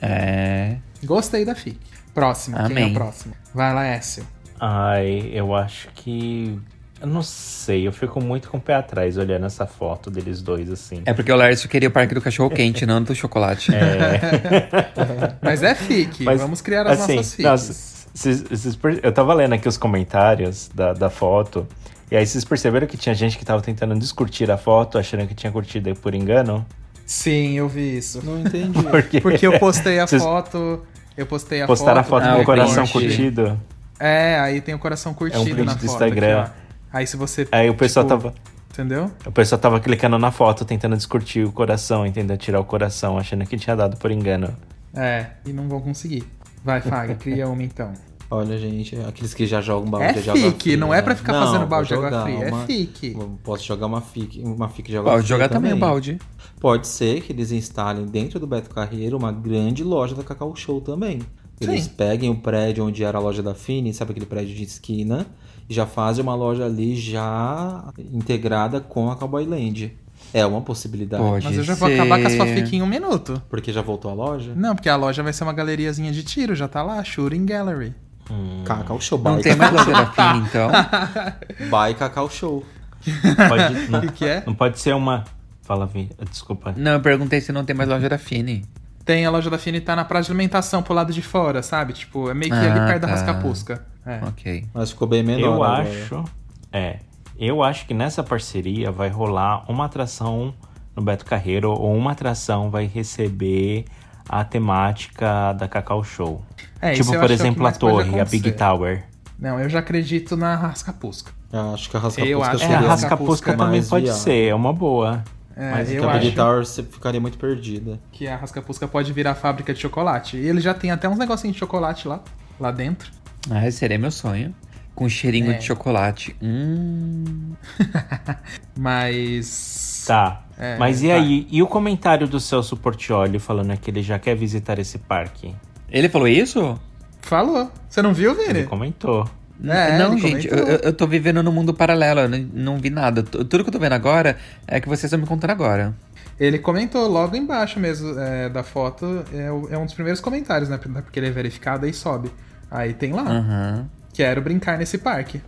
Speaker 4: É.
Speaker 2: Gostei da fic. Próximo, quem é
Speaker 4: Amém.
Speaker 2: o próximo? Vai lá, Écio.
Speaker 3: Ai, eu acho que. Eu não sei, eu fico muito com o pé atrás olhando essa foto deles dois assim.
Speaker 4: É porque o Lárcio queria o parque do cachorro quente, não do chocolate.
Speaker 1: É.
Speaker 2: Mas é fic,
Speaker 3: Mas,
Speaker 2: vamos criar as
Speaker 3: assim,
Speaker 2: nossas fics.
Speaker 3: não, c- c- vocês per- eu tava lendo aqui os comentários da, da foto, e aí vocês perceberam que tinha gente que tava tentando descurtir a foto, achando que tinha curtido por engano?
Speaker 2: Sim, eu vi isso.
Speaker 1: Não entendi.
Speaker 3: Porque,
Speaker 2: Porque eu postei a
Speaker 3: Vocês-
Speaker 2: foto... Eu postei a
Speaker 3: postaram a
Speaker 2: foto.
Speaker 3: foto
Speaker 4: Ah,
Speaker 3: com
Speaker 4: o
Speaker 3: o coração
Speaker 4: print.
Speaker 3: curtido.
Speaker 2: É, aí tem o coração curtido
Speaker 3: print
Speaker 2: na
Speaker 3: do
Speaker 2: foto.
Speaker 3: Instagram.
Speaker 2: aqui, ó. Aí se você...
Speaker 3: Aí o pessoal
Speaker 2: tipo,
Speaker 3: tava.
Speaker 2: Entendeu?
Speaker 3: O pessoal tava clicando na foto, tentando descurtir o coração, tentando tirar o coração, achando que tinha dado por engano.
Speaker 2: É, e não vão conseguir. Vai, Fag, cria uma então.
Speaker 1: Olha, gente, aqueles que já jogam balde
Speaker 2: É
Speaker 1: de água
Speaker 2: fique,
Speaker 1: fria.
Speaker 2: não é pra ficar
Speaker 1: Não,
Speaker 2: fazendo
Speaker 1: vou
Speaker 2: balde de água
Speaker 1: jogar
Speaker 2: fria, é
Speaker 1: uma-
Speaker 2: fique.
Speaker 1: Posso jogar uma fique, uma fique de água
Speaker 4: Pode
Speaker 1: fria
Speaker 4: jogar também o balde.
Speaker 1: Pode ser que eles instalem dentro do Beto Carreiro uma grande loja da Cacau Show também. Eles
Speaker 2: Sim.
Speaker 1: peguem o prédio onde era a loja da Fini, sabe aquele prédio de esquina, e já fazem uma loja ali já integrada com a Cowboy Land. É uma possibilidade.
Speaker 4: Pode
Speaker 2: Mas eu já vou
Speaker 4: ser.
Speaker 2: acabar com a sua fique em um minuto.
Speaker 1: Porque já voltou a loja?
Speaker 2: Não, porque a loja vai ser uma galeriazinha de tiro, já tá lá, Shooting Gallery.
Speaker 1: Cacau Show,
Speaker 4: Hum. Não
Speaker 1: by,
Speaker 4: tem mais Serafim, então.
Speaker 1: by Cacau Show.
Speaker 3: Pode, não,
Speaker 2: O que é?
Speaker 3: não pode ser uma. Fala, Vi. Desculpa.
Speaker 4: Não, eu perguntei se não tem mais loja da Fini.
Speaker 2: Tem a loja da Fini tá na praia de alimentação pro lado de fora, sabe? Tipo, é meio que ali
Speaker 4: Ah,
Speaker 2: perto da
Speaker 4: tá.
Speaker 2: Rascapusca. É.
Speaker 4: Ok.
Speaker 1: Mas ficou bem menor
Speaker 3: Eu
Speaker 1: agora.
Speaker 3: acho. É. Eu acho que nessa parceria vai rolar uma atração no Beto Carreiro ou uma atração vai receber a temática da Cacau Show.
Speaker 2: É, isso eu acho
Speaker 3: tipo, por
Speaker 2: que é o que
Speaker 3: exemplo, a
Speaker 2: mais pode
Speaker 3: torre, a Big
Speaker 2: acontecer.
Speaker 3: Tower.
Speaker 2: Não, eu já acredito na Rascapusca.
Speaker 1: Eu acho que a Rascapusca
Speaker 2: Eu acho
Speaker 1: seria
Speaker 3: É, a
Speaker 2: que
Speaker 1: mais
Speaker 3: Rascapusca também
Speaker 1: mais
Speaker 3: pode
Speaker 1: viável.
Speaker 3: ser, é uma boa.
Speaker 2: É,
Speaker 1: Mas
Speaker 2: eu
Speaker 1: que a
Speaker 2: acho
Speaker 1: Big Tower você ficaria muito perdida.
Speaker 2: que a Rascapusca pode virar fábrica de chocolate. E ele já tem até uns negocinhos de chocolate lá, lá dentro.
Speaker 4: Ah, seria meu sonho. Com cheirinho
Speaker 2: É.
Speaker 4: de chocolate. Hum.
Speaker 2: Mas.
Speaker 3: Tá.
Speaker 2: É,
Speaker 3: Mas e
Speaker 2: tá.
Speaker 3: aí? E o comentário do Celso Portioli falando é que ele já quer visitar esse parque?
Speaker 4: Ele falou isso?
Speaker 2: Falou. Você não viu,
Speaker 3: Ele
Speaker 2: Vini?
Speaker 3: comentou.
Speaker 4: N-
Speaker 2: É,
Speaker 4: não,
Speaker 2: ele
Speaker 4: gente, eu,
Speaker 2: comentou.
Speaker 4: eu eu tô vivendo num mundo paralelo, eu não, não vi nada. T- Tudo que eu tô vendo agora é que vocês estão me contando agora.
Speaker 2: Ele comentou logo embaixo mesmo é, da foto, é, o- é um dos primeiros comentários, né? Porque ele é verificado e sobe. Aí tem lá.
Speaker 4: Aham.
Speaker 2: Quero brincar nesse parque.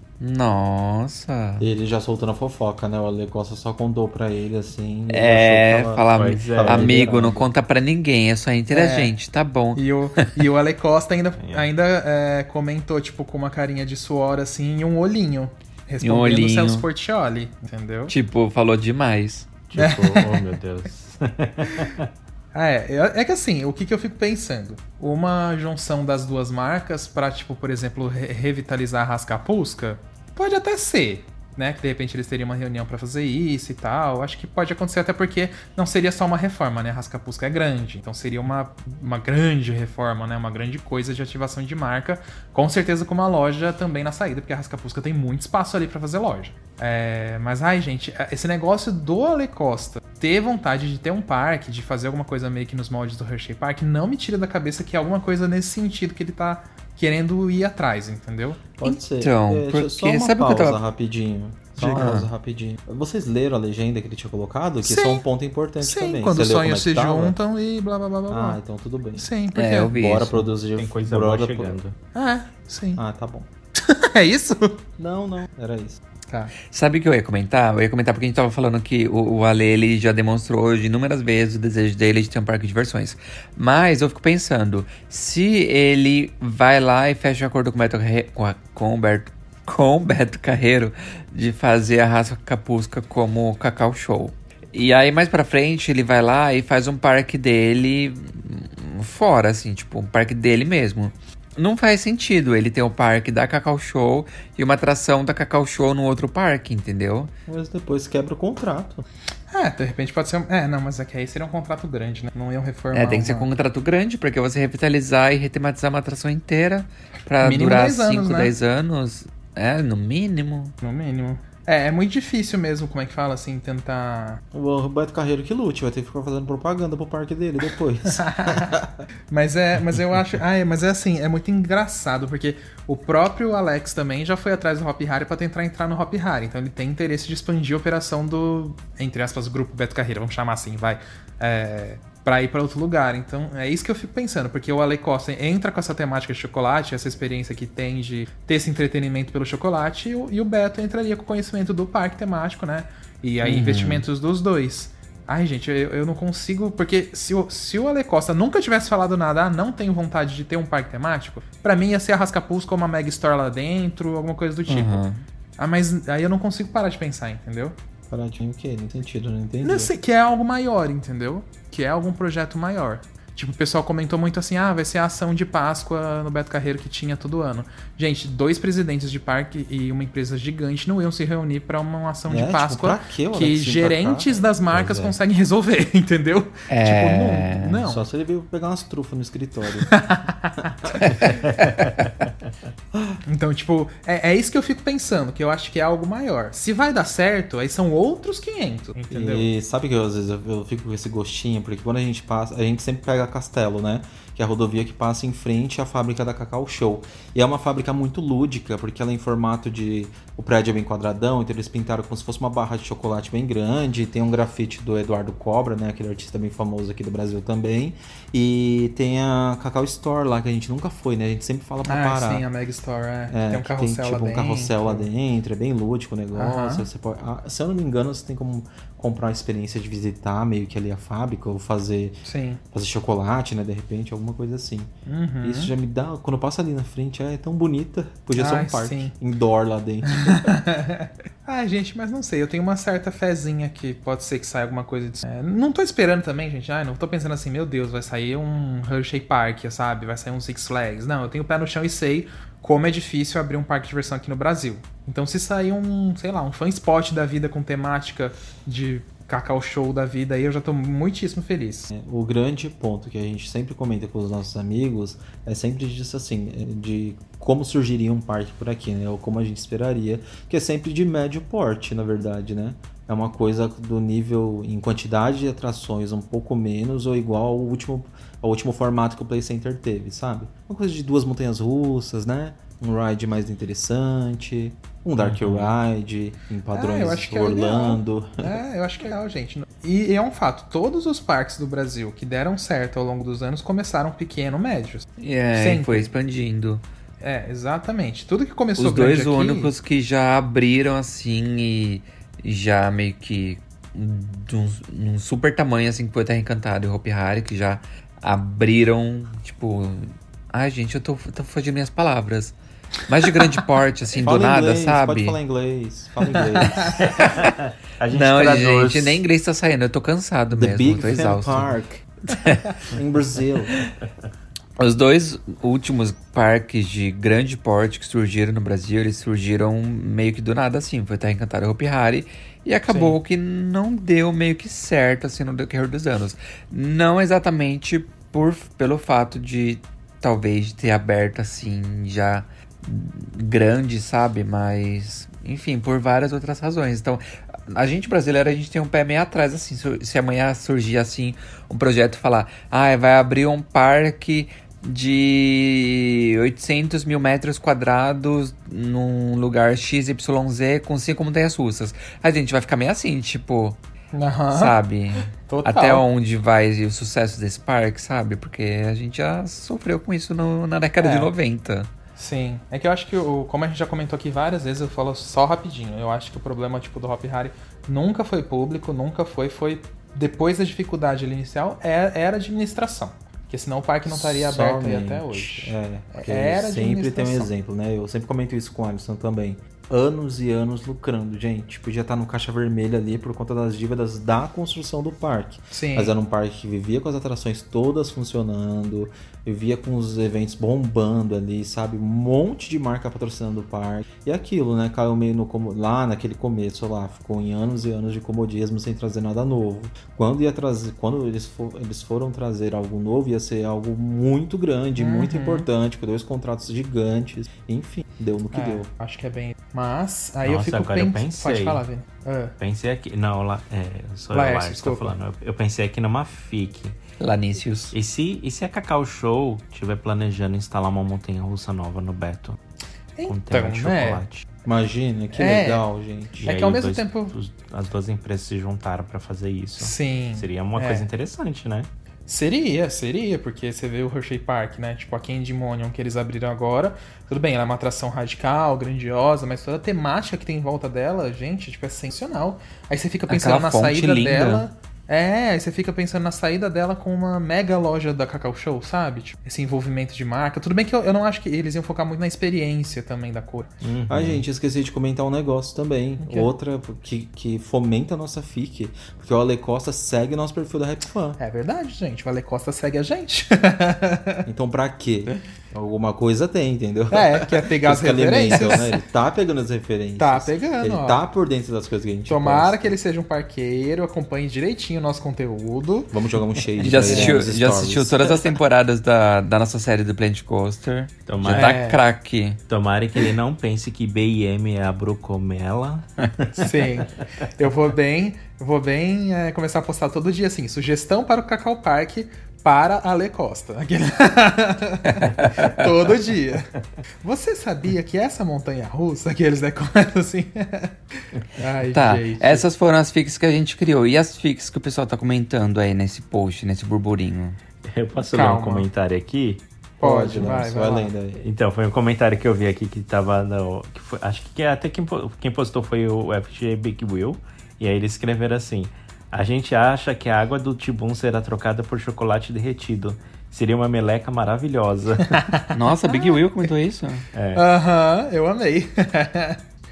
Speaker 4: Nossa.
Speaker 1: Ele já soltando a fofoca, né? O Ale Costa só contou pra ele, assim. ele
Speaker 4: É,
Speaker 1: achou que tava-
Speaker 4: falar,
Speaker 3: Pois é.
Speaker 4: amigo, não conta pra ninguém, é só entre a
Speaker 2: É.
Speaker 4: gente, tá bom.
Speaker 2: E o, e o Ale Costa ainda, ainda é, comentou, tipo, com uma carinha de suor assim e um olhinho. Respondendo
Speaker 4: olhinho.
Speaker 2: o Celso Portioli, entendeu?
Speaker 4: Tipo, falou demais.
Speaker 3: Tipo, oh meu Deus.
Speaker 2: Ah, é. É- É que assim, o que, que eu fico pensando? Uma junção das duas marcas pra, tipo, por exemplo, re- revitalizar a Rascapusca? Pode até ser, né? Que de repente eles teriam uma reunião pra fazer isso e tal. Acho que pode acontecer, até porque não seria só uma reforma, né? A Rascapusca é grande. Então seria uma, uma grande reforma, né? Uma grande coisa de ativação de marca. Com certeza com uma loja também na saída, porque a Rascapusca tem muito espaço ali pra fazer loja. É, mas, ai, gente, esse negócio do Ale Costa ter vontade de ter um parque, de fazer alguma coisa meio que nos moldes do Hershey Park, não me tira da cabeça que é alguma coisa nesse sentido que ele tá querendo ir atrás, entendeu?
Speaker 1: Pode ser.
Speaker 4: Então,
Speaker 1: É, deixa- Só
Speaker 4: porque-
Speaker 1: uma
Speaker 4: sabe o que
Speaker 1: pausa
Speaker 4: eu tava-
Speaker 1: rapidinho. Só uma
Speaker 4: Diga.
Speaker 1: pausa rapidinho. Vocês leram a legenda que ele tinha colocado? Que
Speaker 2: Sim.
Speaker 1: isso é um ponto importante
Speaker 2: Sim,
Speaker 1: também.
Speaker 2: quando
Speaker 1: Você
Speaker 2: os
Speaker 1: leu como é
Speaker 2: sonhos
Speaker 1: que
Speaker 2: se
Speaker 1: tava?
Speaker 2: juntam e blá blá blá blá blá.
Speaker 1: Ah, então tudo bem.
Speaker 2: Sim, porque.
Speaker 4: É, eu vi
Speaker 1: Bora
Speaker 4: isso.
Speaker 1: produzir.
Speaker 3: Tem coisa
Speaker 1: bora
Speaker 3: boa
Speaker 1: pro-
Speaker 3: chegando.
Speaker 2: Ah, sim.
Speaker 1: Ah, tá bom.
Speaker 2: É isso?
Speaker 1: Não, não. Era isso.
Speaker 2: Tá.
Speaker 4: Sabe o que eu ia comentar? Eu ia comentar porque a gente tava falando que o, o Ale ele já demonstrou hoje inúmeras vezes o desejo dele de ter um parque de diversões. Mas eu fico pensando, se ele vai lá e fecha um acordo com o Beto Carre- com, a- com o Beto, com o Beto Carreiro de fazer a raça capusca como Cacau Show. E aí mais pra frente ele vai lá e faz um parque dele hum, fora, assim, tipo, um parque dele mesmo. Não faz sentido ele ter o parque da Cacau Show e uma atração da Cacau Show no outro parque, entendeu?
Speaker 1: Mas depois quebra o contrato.
Speaker 2: É, de repente pode ser. um- É, não, mas é que aí seria um contrato grande, né? Não iam reformar.
Speaker 4: é, tem que ser
Speaker 2: uma-
Speaker 4: com um contrato grande, porque você revitalizar e retematizar uma atração inteira pra
Speaker 2: Mínimo
Speaker 4: durar
Speaker 2: 10 anos,
Speaker 4: 5,
Speaker 2: né?
Speaker 4: 10 anos. É, no mínimo.
Speaker 2: No mínimo. É, é muito difícil mesmo, como é que fala, assim, tentar
Speaker 1: O Roberto Carreiro que lute, vai ter que ficar fazendo propaganda pro parque dele depois.
Speaker 2: Mas é, mas eu acho. Ah, é, mas é assim, é muito engraçado, porque o próprio Alex também já foi atrás do Hop Harry pra tentar entrar no Hop Harry. Então ele tem interesse de expandir a operação do, entre aspas, grupo Beto Carreira, vamos chamar assim, vai. É, pra ir pra outro lugar. Então é isso que eu fico pensando, porque o Ale Costa entra com essa temática de chocolate, essa experiência que tem de ter esse entretenimento pelo chocolate, e o, e o Beto entraria com o conhecimento do parque temático, né? E aí investimentos dos dois. Ai, gente, eu, eu não consigo. Porque se o, se o Ale Costa nunca tivesse falado nada, ah, não tenho vontade de ter um parque temático, pra mim ia ser a Rascapusca ou uma Mega Store lá dentro, alguma coisa do tipo.
Speaker 4: Uhum.
Speaker 2: Ah, mas aí eu não consigo parar de pensar, entendeu?
Speaker 1: Paradinho o quê? Não sentido, não entendi.
Speaker 2: Não sei, que é algo maior, entendeu? Que é algum projeto maior. Tipo, o pessoal comentou muito assim: ah, vai ser a ação de Páscoa no Beto Carreiro que tinha todo ano. Gente, dois presidentes de parque e uma empresa gigante não iam se reunir pra uma ação
Speaker 1: É,
Speaker 2: de
Speaker 1: tipo,
Speaker 2: Páscoa
Speaker 1: pra quê o
Speaker 2: que
Speaker 1: Alex vir pra cá?
Speaker 2: gerentes das
Speaker 1: Pois
Speaker 2: marcas
Speaker 1: é.
Speaker 2: conseguem resolver, entendeu?
Speaker 4: É.
Speaker 2: Tipo, não. não.
Speaker 1: Só se ele veio pegar umas trufas no escritório.
Speaker 2: Então, tipo, é, é isso que eu fico pensando, que eu acho que é algo maior. Se vai dar certo, aí são outros 500, entendeu?
Speaker 1: E sabe que eu, às vezes eu, eu fico com esse gostinho, porque quando a gente passa, a gente sempre pega Castelo, né? Que é a rodovia que passa em frente à fábrica da Cacau Show. E é uma fábrica muito lúdica, porque ela é em formato de. O prédio é bem quadradão, então eles pintaram como se fosse uma barra de chocolate bem grande. Tem um grafite do Eduardo Cobra, né? Aquele artista bem famoso aqui do Brasil também. E tem a Cacau Store lá, que a gente nunca foi, né? A gente sempre fala pra
Speaker 2: Ah,
Speaker 1: parar.
Speaker 2: sim, a Mega Store, é.
Speaker 1: É,
Speaker 2: tem um
Speaker 1: que
Speaker 2: carrossel
Speaker 1: tem,
Speaker 2: lá
Speaker 1: tipo, um
Speaker 2: dentro.
Speaker 1: carrossel lá dentro, é bem lúdico o negócio.
Speaker 2: Aham.
Speaker 1: você pode- ah, se eu não me engano, você tem como comprar a experiência de visitar meio que ali a fábrica ou fazer,
Speaker 2: Sim.
Speaker 1: fazer chocolate, né? De repente, alguma coisa assim.
Speaker 2: Uhum.
Speaker 1: Isso já me dá. Quando eu passo ali na frente, é tão bonita. Podia ser
Speaker 2: Ai,
Speaker 1: um parque
Speaker 2: sim.
Speaker 1: indoor lá dentro.
Speaker 2: ah, gente, mas não sei, eu tenho uma certa fezinha que pode ser que saia alguma coisa disso. É, não tô esperando também, gente. Ah, não tô pensando assim, meu Deus, vai sair um Hershey Park, sabe? Vai sair um Six Flags. Não, eu tenho o pé no chão e sei como é difícil abrir um parque de diversão aqui no Brasil. Então se sair um, sei lá, um fan spot da vida com temática de cacau show da vida aí, eu já tô muitíssimo feliz.
Speaker 1: O grande ponto que a gente sempre comenta com os nossos amigos é sempre disso assim, é de como surgiria um parque por aqui, né? Ou como a gente esperaria, que é sempre de médio porte, na verdade, né? É uma coisa do nível em quantidade de atrações um pouco menos ou igual ao último, ao último formato que o Play Center teve, sabe? Uma coisa de duas montanhas russas, né? Um ride mais interessante, um dark ride em padrões
Speaker 2: Uhum. acho que é o ideal.
Speaker 1: Orlando.
Speaker 2: É, eu acho que é legal, gente. E, e é um fato, todos os parques do Brasil que deram certo ao longo dos anos começaram pequeno, médios.
Speaker 4: E é,
Speaker 2: Sempre.
Speaker 4: foi expandindo.
Speaker 2: É, exatamente. Tudo que começou
Speaker 4: Os dois
Speaker 2: grande aqui,
Speaker 4: únicos que já abriram assim e e já meio que de um, num super tamanho assim que foi o Terra Encantada e o Hopi Hari, que já abriram, tipo. Ai, gente, eu tô, tô fugindo minhas palavras. Mas de grande porte, assim, do
Speaker 1: Fala
Speaker 4: nada,
Speaker 1: inglês,
Speaker 4: sabe?
Speaker 1: Pode falar inglês. Fala inglês.
Speaker 3: A gente
Speaker 4: Não,
Speaker 3: traduz.
Speaker 4: gente, nem inglês tá saindo, eu tô cansado
Speaker 1: The
Speaker 4: mesmo,
Speaker 1: Big
Speaker 4: tô
Speaker 1: Fan
Speaker 4: exausto.
Speaker 1: Park. em Brasil.
Speaker 4: Os dois últimos parques de grande porte que surgiram no Brasil, eles surgiram meio que do nada, assim. Foi Terra Encantada e Hopi Hari. E acabou que não deu meio que certo, assim, no decorrer dos anos. Não exatamente por, pelo fato de, talvez, de ter aberto, assim, já grande, sabe? Mas, enfim, por várias outras razões. Então, a gente brasileiro, a gente tem um pé meio atrás, assim. Se, se amanhã surgir, assim, um projeto e falar, ah, vai abrir um parque de 800 mil metros quadrados num lugar XYZ com cinco montanhas russas. A gente vai ficar meio assim, tipo,
Speaker 2: Aham.
Speaker 4: sabe?
Speaker 2: Total.
Speaker 4: Até onde vai o sucesso desse parque, sabe? Porque a gente já sofreu com isso no- na década
Speaker 2: É.
Speaker 4: de 90.
Speaker 2: Sim, é que eu acho que, o, como a gente já comentou aqui várias vezes, eu falo só rapidinho. Eu acho que o problema tipo do Hop Harry nunca foi público, nunca foi, foi depois da dificuldade ali inicial, é- era a administração. Porque senão o parque não estaria aberto aí até
Speaker 1: Somente.
Speaker 2: hoje.
Speaker 1: É, porque
Speaker 2: Era de
Speaker 1: sempre tem um
Speaker 2: administração.
Speaker 1: exemplo, né? Eu sempre comento isso com o Alisson também. Anos e anos lucrando, gente. Podia estar no caixa vermelha ali por conta das dívidas da construção do parque.
Speaker 2: Sim.
Speaker 1: Mas era um parque que vivia com as atrações todas funcionando, vivia com os eventos bombando ali, sabe? Um monte de marca patrocinando o parque. E aquilo, né? Caiu meio no como lá naquele começo lá, ficou em anos e anos de comodismo sem trazer nada novo. Quando ia trazer, quando eles, fo- eles foram trazer algo novo, ia ser algo muito grande, muito
Speaker 2: Uhum.
Speaker 1: importante, com dois contratos gigantes. Enfim, deu no que
Speaker 2: É,
Speaker 1: deu.
Speaker 2: Acho que é bem. Mas, aí eu
Speaker 3: Nossa,
Speaker 2: fico
Speaker 3: agora eu
Speaker 2: pens-
Speaker 3: pensei.
Speaker 2: Pode falar, Vini. Ah,
Speaker 3: Pensei aqui. Não, lá, é,
Speaker 2: Laércio,
Speaker 3: sou eu, Laércio, que tô
Speaker 2: desculpa.
Speaker 3: falando. Eu, eu pensei aqui numa FIC.
Speaker 4: Lanícios.
Speaker 3: E se, e se a Cacau Show estiver planejando instalar uma montanha russa nova no Beto? com tema
Speaker 2: Então,
Speaker 3: de
Speaker 2: né?
Speaker 3: chocolate.
Speaker 1: Imagina, que
Speaker 2: É.
Speaker 1: legal, gente.
Speaker 3: E
Speaker 2: É
Speaker 3: aí
Speaker 2: que ao
Speaker 3: os
Speaker 2: mesmo
Speaker 3: dois-
Speaker 2: tempo-
Speaker 3: os- as duas empresas se juntaram pra fazer isso.
Speaker 2: Sim.
Speaker 3: Seria uma
Speaker 2: É.
Speaker 3: coisa interessante, né?
Speaker 2: Seria, seria, porque você vê o Hershey Park, né? Tipo, a Candy Monium que eles abriram agora. Tudo bem, ela é uma atração radical, grandiosa, mas toda a temática que tem em volta dela, gente, tipo, é sensacional. Aí você fica pensando
Speaker 4: Aquela
Speaker 2: na
Speaker 4: fonte
Speaker 2: saída
Speaker 4: linda.
Speaker 2: dela. É, aí você fica pensando na saída dela com uma mega loja da Cacau Show, sabe? Tipo, esse envolvimento de marca. Tudo bem que eu, eu não acho que eles iam focar muito na experiência também da cor.
Speaker 1: Ah, gente, esqueci de comentar um negócio também.
Speaker 2: O quê?
Speaker 1: Outra que, que fomenta a nossa FIC. Porque o Ale Costa segue nosso perfil da Rap Fan.
Speaker 2: É verdade, gente. O Ale Costa segue a gente.
Speaker 1: Então, pra quê? Alguma coisa tem, entendeu?
Speaker 2: é, quer pegar as
Speaker 1: Isso que alimenta,
Speaker 2: referências.
Speaker 1: né? Ele tá pegando as referências.
Speaker 2: Tá pegando,
Speaker 1: Ele
Speaker 2: ó.
Speaker 1: tá por dentro das coisas que a gente
Speaker 2: Tomara
Speaker 1: gosta.
Speaker 2: que ele seja um parqueiro, acompanhe direitinho o nosso conteúdo.
Speaker 1: Vamos jogar um shade.
Speaker 4: Já
Speaker 1: pra ele
Speaker 4: assistiu,
Speaker 1: nos
Speaker 4: já
Speaker 1: stories.
Speaker 4: assistiu todas as temporadas da, da nossa série do Plant Coaster. Já
Speaker 3: Tomara,
Speaker 4: tá
Speaker 2: É.
Speaker 4: craque.
Speaker 3: Tipo, tomara que ele não pense que BM é a Brocomela.
Speaker 2: Sim. Eu vou bem, eu vou bem é, começar a postar todo dia assim, sugestão para o Cacau Park para Ale Costa. Aquele- todo dia. Você sabia que essa montanha russa que eles decoram assim? Ai,
Speaker 4: Tá,
Speaker 2: gente.
Speaker 4: essas foram as fics que a gente criou. E as fics que o pessoal tá comentando aí nesse post, nesse burburinho?
Speaker 3: Eu posso ler
Speaker 2: Calma.
Speaker 3: um comentário aqui?
Speaker 2: Pode,
Speaker 1: né?
Speaker 2: vai,
Speaker 1: Só
Speaker 2: vai. lá.
Speaker 1: além daí.
Speaker 3: Então, foi um comentário que eu vi aqui que tava no, que foi- acho que é até quem, po- quem postou foi o FG Big Will. E aí eles escreveram assim: A gente acha que a água do Tibum será trocada por chocolate derretido. Seria uma meleca maravilhosa.
Speaker 4: Nossa, Big Will comentou isso?
Speaker 2: Aham, eu amei.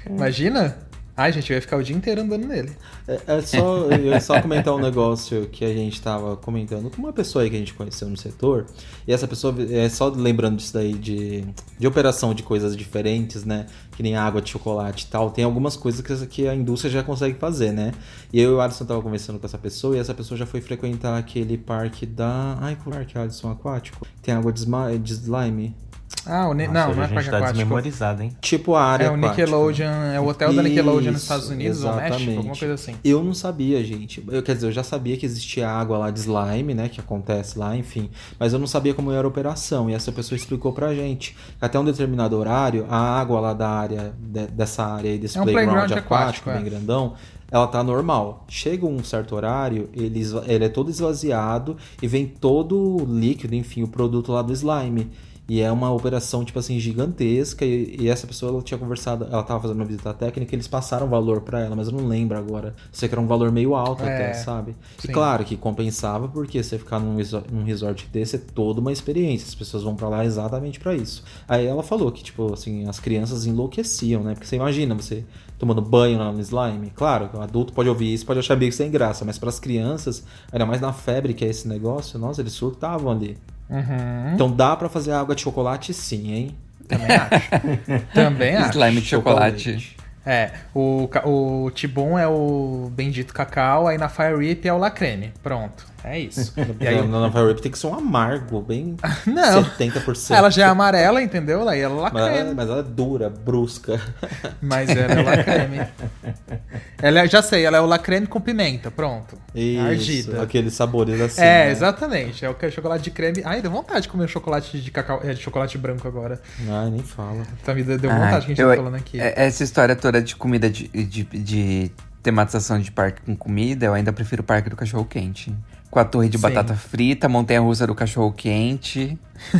Speaker 2: Imagina? Ai, gente, eu ia ficar o dia inteiro andando nele.
Speaker 1: É, é só, eu ia só comentar um negócio que a gente tava comentando com uma pessoa aí que a gente conheceu no setor. E essa pessoa, é só lembrando disso daí de, de operação de coisas diferentes, né? Que nem água de chocolate e tal. Tem algumas coisas que, que a indústria já consegue fazer, né? E eu e o Alisson tava conversando com essa pessoa e essa pessoa já foi frequentar aquele parque da. Ai, qual parque, Alisson? Aquático? Tem água de, esma- de slime.
Speaker 2: Ah, o ne...
Speaker 3: Nossa,
Speaker 2: não, não é
Speaker 3: a gente
Speaker 2: parque
Speaker 3: tá
Speaker 2: aquático.
Speaker 3: desmemorizado, hein?
Speaker 1: Tipo a área
Speaker 2: É o
Speaker 1: aquática.
Speaker 2: Nickelodeon, é o hotel da Nickelodeon
Speaker 1: Isso,
Speaker 2: nos Estados Unidos, ou México, alguma
Speaker 1: exatamente.
Speaker 2: coisa assim.
Speaker 1: Eu não sabia, gente. Eu, quer dizer, eu já sabia que existia água lá de slime, né? Que acontece lá, enfim. Mas eu não sabia como era a operação. E essa pessoa explicou pra gente. que Até um determinado horário, a água lá da área, de- dessa área aí, desse
Speaker 2: É um
Speaker 1: playground,
Speaker 2: playground
Speaker 1: aquático,
Speaker 2: aquático, é.
Speaker 1: bem grandão, ela tá normal. Chega um certo horário, ele, esva- ele é todo esvaziado e vem todo o líquido, enfim, o produto lá do slime. E é uma operação, tipo assim, gigantesca. E, e essa pessoa, ela tinha conversado, ela tava fazendo uma visita técnica, eles passaram valor pra ela, mas eu não lembro agora. Sei que era um valor meio alto
Speaker 2: É,
Speaker 1: até, sabe?
Speaker 2: sim.
Speaker 1: E claro que compensava, porque você ficar num, iso- num resort desse é toda uma experiência. As pessoas vão pra lá exatamente pra isso. Aí ela falou que, tipo, assim, as crianças enlouqueciam, né? Porque você imagina, você tomando banho lá no slime. Claro, o adulto pode ouvir isso, pode achar meio que sem graça, mas pras crianças, ainda mais na febre que é esse negócio, nossa, eles surtavam ali.
Speaker 2: Uhum.
Speaker 1: Então dá pra fazer água de chocolate sim, hein?
Speaker 2: Também acho. Também acho.
Speaker 4: Slime de chocolate.
Speaker 2: É, o, ca- o Tibum é o bendito cacau, aí na Fire Rip é o lacreme. Pronto, é isso. E aí,
Speaker 1: Aí, na Nova Rip tem que ser um amargo, bem
Speaker 2: Não.
Speaker 1: 70%.
Speaker 2: ela já é amarela, entendeu? Aí ela é
Speaker 1: mas, ela,
Speaker 2: lacreme,
Speaker 1: mas ela é dura, brusca.
Speaker 2: mas ela é lacreme. ela é, já sei, ela é o lacreme com pimenta, pronto.
Speaker 1: Isso,
Speaker 2: Ardida.
Speaker 1: Aqueles sabores assim.
Speaker 2: é,
Speaker 1: né?
Speaker 2: exatamente. É o que é chocolate de creme. Ai, deu vontade de comer chocolate de cacau, é, de chocolate branco agora.
Speaker 1: Ai, nem fala.
Speaker 2: Tá me deu deu
Speaker 4: Ah,
Speaker 2: vontade que a gente
Speaker 4: eu-
Speaker 2: tá falando aqui.
Speaker 4: é- Essa história toda de comida de, de- de tematização de parque com comida, eu ainda prefiro o parque do cachorro quente. Com a torre de
Speaker 2: Sim.
Speaker 4: batata frita, montanha russa do cachorro quente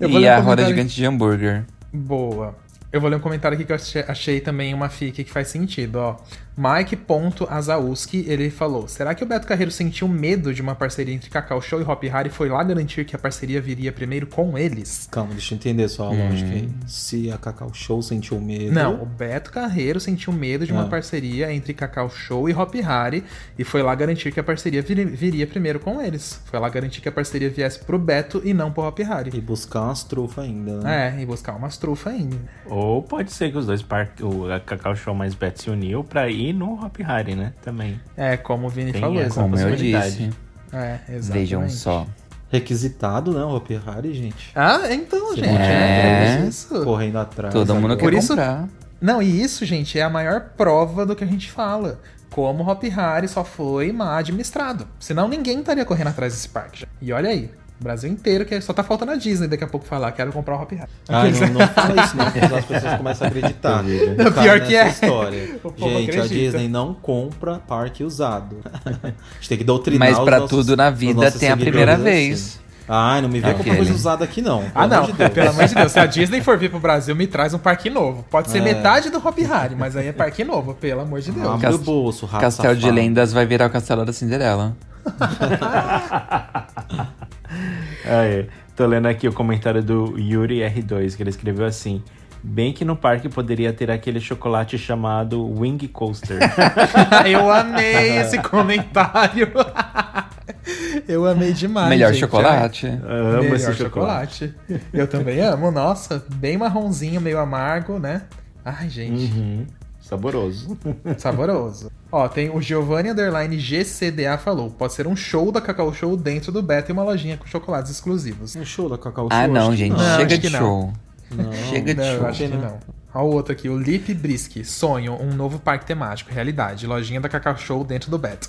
Speaker 2: Eu vou
Speaker 4: e
Speaker 2: ler um
Speaker 4: a roda
Speaker 2: comentário-
Speaker 4: gigante de hambúrguer.
Speaker 2: Boa. Eu vou ler um comentário aqui que eu ache- achei também uma fic que faz sentido, ó. Mike.azauski, ele falou: Será que o Beto Carreiro sentiu medo de uma parceria entre Cacau Show e Hop Hari e foi lá garantir que a parceria viria primeiro com eles?
Speaker 1: Calma, deixa eu entender só a lógica aí. Se a Cacau Show sentiu medo.
Speaker 2: Hum. Não, o Beto Carreiro sentiu medo de uma
Speaker 1: Ah.
Speaker 2: parceria entre Cacau Show e Hop Hari e foi lá garantir que a parceria viri- viria primeiro com eles. Foi lá garantir que a parceria viesse pro Beto e não pro Hop Hari.
Speaker 1: E buscar umas trufas ainda, né?
Speaker 2: É, e buscar umas trufas ainda.
Speaker 3: Ou pode ser que os dois parques, o Cacau Show mais Bet se uniu pra ir no Hop Hari, né? Também.
Speaker 2: É, como o Vini
Speaker 3: Tem
Speaker 2: falou,
Speaker 3: essa
Speaker 2: exato.
Speaker 4: Como eu
Speaker 3: possibilidade.
Speaker 4: disse.
Speaker 2: É, exatamente.
Speaker 4: Vejam só.
Speaker 1: Então, Requisitado, né? O Hopi Hari, gente.
Speaker 2: Ah, então, gente, é,
Speaker 4: É.
Speaker 2: isso.
Speaker 1: Correndo atrás.
Speaker 4: Todo mundo
Speaker 1: agora.
Speaker 4: quer
Speaker 2: Por isso-
Speaker 4: comprar.
Speaker 2: Não, e isso, gente, é a maior prova do que a gente fala. Como o Hop Hari só foi mal administrado. Senão ninguém estaria correndo atrás desse parque. já. E olha aí, o Brasil inteiro, que só tá faltando a Disney daqui a pouco falar, quero comprar o Hop Hari.
Speaker 1: Ah, não, não fala isso, não, porque as pessoas começam a acreditar.
Speaker 2: Não,
Speaker 1: Cara,
Speaker 2: pior que
Speaker 1: nessa
Speaker 2: é.
Speaker 1: História.
Speaker 2: povo
Speaker 1: Gente,
Speaker 2: acredita.
Speaker 1: a Disney não compra parque usado. a gente tem que doutrinar
Speaker 4: Mas
Speaker 1: os
Speaker 4: pra
Speaker 1: nossos-
Speaker 4: tudo na
Speaker 1: os
Speaker 4: vida
Speaker 1: nossos
Speaker 4: tem a primeira
Speaker 1: seguidores
Speaker 4: vez.
Speaker 1: assim. Ai, não me vem com
Speaker 4: Aquele.
Speaker 1: coisa usada aqui, não.
Speaker 2: Ah, não,
Speaker 1: de Deus.
Speaker 2: pelo amor de Deus, se a Disney for vir pro Brasil, me traz um parque novo. Pode ser
Speaker 1: É.
Speaker 2: metade do Hop Hari, mas aí é parque novo, pelo amor de Deus.
Speaker 1: Abre o bolso, rato
Speaker 4: Castelo de
Speaker 1: safado.
Speaker 4: Lendas vai virar o Castelo da Cinderela.
Speaker 3: Ah, é. Tô lendo aqui o comentário do Yuri R2, que ele escreveu assim: Bem que no parque poderia ter aquele chocolate chamado Wing Coaster.
Speaker 2: Eu amei esse comentário. Eu amei demais.
Speaker 4: Melhor
Speaker 2: gente. é.
Speaker 4: chocolate. Ah,
Speaker 3: Eu Amo
Speaker 2: Melhor
Speaker 3: esse chocolate.
Speaker 2: Eu também amo, nossa. Bem marronzinho, meio amargo, né? Ai, gente,
Speaker 3: Uhum. Saboroso.
Speaker 2: saboroso. Ó, tem o Giovanni Underline GCDA falou: pode ser um show da Cacau Show dentro do Beta e uma lojinha com chocolates exclusivos.
Speaker 1: Um show da Cacau Show,
Speaker 4: Ah,
Speaker 1: acho
Speaker 4: não,
Speaker 1: que
Speaker 4: gente.
Speaker 2: Não,
Speaker 4: chega
Speaker 2: acho
Speaker 4: de
Speaker 2: que não.
Speaker 4: show.
Speaker 1: Não.
Speaker 4: Chega de
Speaker 2: Não, eu
Speaker 4: show.
Speaker 2: acho que não. Ó, o outro aqui, o Lip Brisk, sonho, um novo parque temático, realidade, lojinha da Cacau Show dentro do Beta.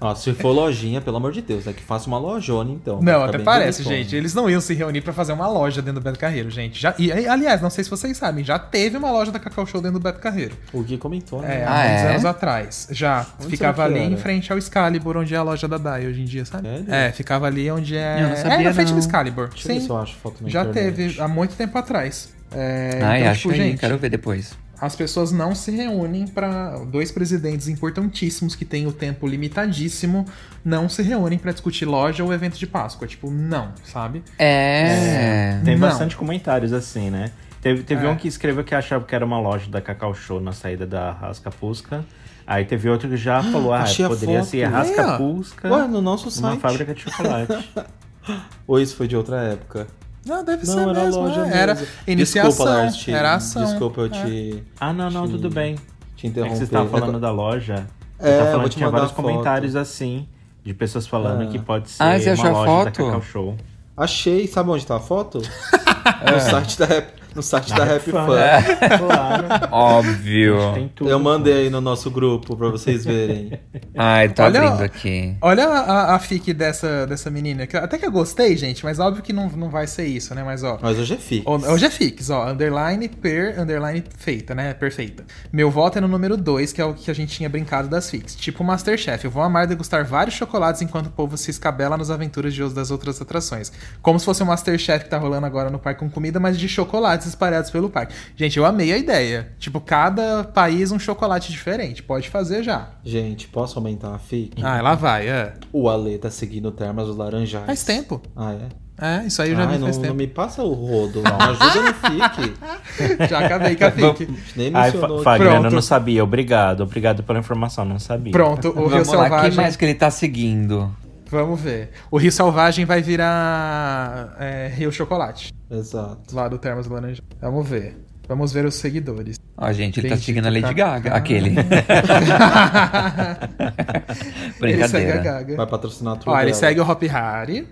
Speaker 1: Ah, se for lojinha, pelo amor de Deus, é que faça uma lojona, então.
Speaker 2: Não,
Speaker 1: Fica
Speaker 2: até
Speaker 1: bem
Speaker 2: parece,
Speaker 1: bonitona.
Speaker 2: gente. Eles não iam se reunir pra fazer uma loja dentro do Beto Carreiro, gente. Já, e, e, aliás, não sei se vocês sabem, já teve uma loja da Cacau Show dentro do Beto Carreiro.
Speaker 1: O Gui comentou, né?
Speaker 2: É, há
Speaker 4: Ah,
Speaker 2: muitos
Speaker 4: é?
Speaker 2: anos atrás. Já.
Speaker 1: Onde
Speaker 2: ficava
Speaker 1: será que
Speaker 2: ali em
Speaker 1: era?
Speaker 2: frente ao Excalibur, onde é a loja da Dai hoje em dia, sabe?
Speaker 1: Sério?
Speaker 2: É, ficava ali onde é.
Speaker 4: Eu não sabia,
Speaker 2: é, na frente
Speaker 4: não.
Speaker 2: do Excalibur.
Speaker 1: Deixa eu ver
Speaker 2: Sim.
Speaker 1: se eu acho foto na
Speaker 2: Já
Speaker 1: internet.
Speaker 2: teve, há muito tempo atrás. É,
Speaker 4: Ai,
Speaker 2: então,
Speaker 4: acho
Speaker 2: tipo,
Speaker 4: que
Speaker 2: gente,
Speaker 4: quero ver depois.
Speaker 2: as pessoas não se reúnem pra. dois presidentes importantíssimos que têm o tempo limitadíssimo não se reúnem pra discutir loja ou evento de Páscoa. Tipo, não, sabe?
Speaker 4: É.
Speaker 3: Tem
Speaker 2: Não.
Speaker 3: bastante comentários assim, né? Teve, teve
Speaker 2: É.
Speaker 3: um que escreveu que achava que era uma loja da Cacau Show na saída da Rasca Fusca. Aí teve outro que já falou, ah,
Speaker 1: achei a
Speaker 3: poderia
Speaker 1: foto.
Speaker 3: ser
Speaker 2: É,
Speaker 3: Rasca
Speaker 2: ó.
Speaker 3: Fusca,
Speaker 1: Ué, no nosso
Speaker 3: uma
Speaker 1: site.
Speaker 3: fábrica de chocolate.
Speaker 1: Ou isso foi de outra época?
Speaker 2: Não, deve
Speaker 1: Não,
Speaker 2: ser
Speaker 1: era
Speaker 2: mesmo.
Speaker 1: loja
Speaker 2: é.
Speaker 1: mesmo.
Speaker 2: Era iniciação,
Speaker 1: Desculpa, Lars, te-
Speaker 2: era ação. é.
Speaker 1: Desculpa eu te,
Speaker 3: Ah, não, não, tudo bem.
Speaker 1: te
Speaker 3: É que
Speaker 1: interromper.
Speaker 3: você estava falando da loja.
Speaker 1: É,
Speaker 3: você
Speaker 1: eu
Speaker 3: tava
Speaker 1: vou
Speaker 3: falando
Speaker 1: te
Speaker 3: que tinha
Speaker 1: mandar
Speaker 3: vários
Speaker 1: a foto.
Speaker 3: comentários assim, de pessoas falando
Speaker 1: Ah.
Speaker 3: que pode ser
Speaker 4: Ah, você
Speaker 3: uma
Speaker 4: achou a
Speaker 3: loja da
Speaker 4: foto?
Speaker 3: Cacau Show.
Speaker 1: Achei, sabe onde tá a foto? no site da Apple. no site da Rap Fun.
Speaker 3: Claro.
Speaker 4: Óbvio.
Speaker 3: Tem tudo.
Speaker 1: Eu mandei no nosso grupo pra vocês verem.
Speaker 4: Ai, tô
Speaker 2: Olha-
Speaker 4: abrindo aqui.
Speaker 2: Olha a, a fic dessa, dessa menina. que- Até que eu gostei, gente, mas óbvio que não, não vai ser isso, né? Mas ó.
Speaker 1: Mas hoje é fi.
Speaker 2: Ó, Hoje é fix, ó. Underline, per, underline, feita, né? Perfeita. Meu voto é no número 2, que é o que a gente tinha brincado das fix. Tipo Masterchef. Eu vou amar degustar vários chocolates enquanto o povo se escabela nas aventuras de outros das outras atrações. Como se fosse o Masterchef que tá rolando agora no parque com comida, mas de chocolates espalhados pelo parque. Gente, eu amei a ideia. Tipo, cada país um chocolate diferente. Pode fazer já.
Speaker 1: Gente, posso aumentar a fi?
Speaker 2: Ah, lá vai, é.
Speaker 1: O Ale tá seguindo o Termas dos Laranjais.
Speaker 2: Faz tempo.
Speaker 1: Ah, é?
Speaker 2: É, isso aí eu já
Speaker 1: Ai,
Speaker 2: vi
Speaker 1: não,
Speaker 2: faz
Speaker 1: não
Speaker 2: tempo.
Speaker 1: me passa o rodo, não. Ajuda no fique.
Speaker 2: Já acabei com a fic.
Speaker 1: A gente nem
Speaker 3: Ai, Fa-
Speaker 1: mencionou.
Speaker 3: Fagrano, eu
Speaker 2: Pronto.
Speaker 3: não sabia. Obrigado. Obrigado pela informação, não sabia.
Speaker 2: Pronto, o Rio
Speaker 4: Vamos lá, quem
Speaker 2: Selvagem.
Speaker 4: mais que ele tá seguindo?
Speaker 2: Vamos ver. O Rio Selvagem vai virar é, Rio Chocolate,
Speaker 1: Exato.
Speaker 2: lá do Termas do Laranja. Vamos ver. Vamos ver os seguidores.
Speaker 4: Ó, gente, ele tá
Speaker 2: Entendi,
Speaker 4: seguindo a Lady
Speaker 2: tá-
Speaker 4: Gaga. Aquele.
Speaker 2: ele segue a
Speaker 4: Brincadeira.
Speaker 2: Gaga.
Speaker 1: Vai patrocinar tudo.
Speaker 2: Ó, ele
Speaker 1: dela.
Speaker 2: segue o Hop Harry,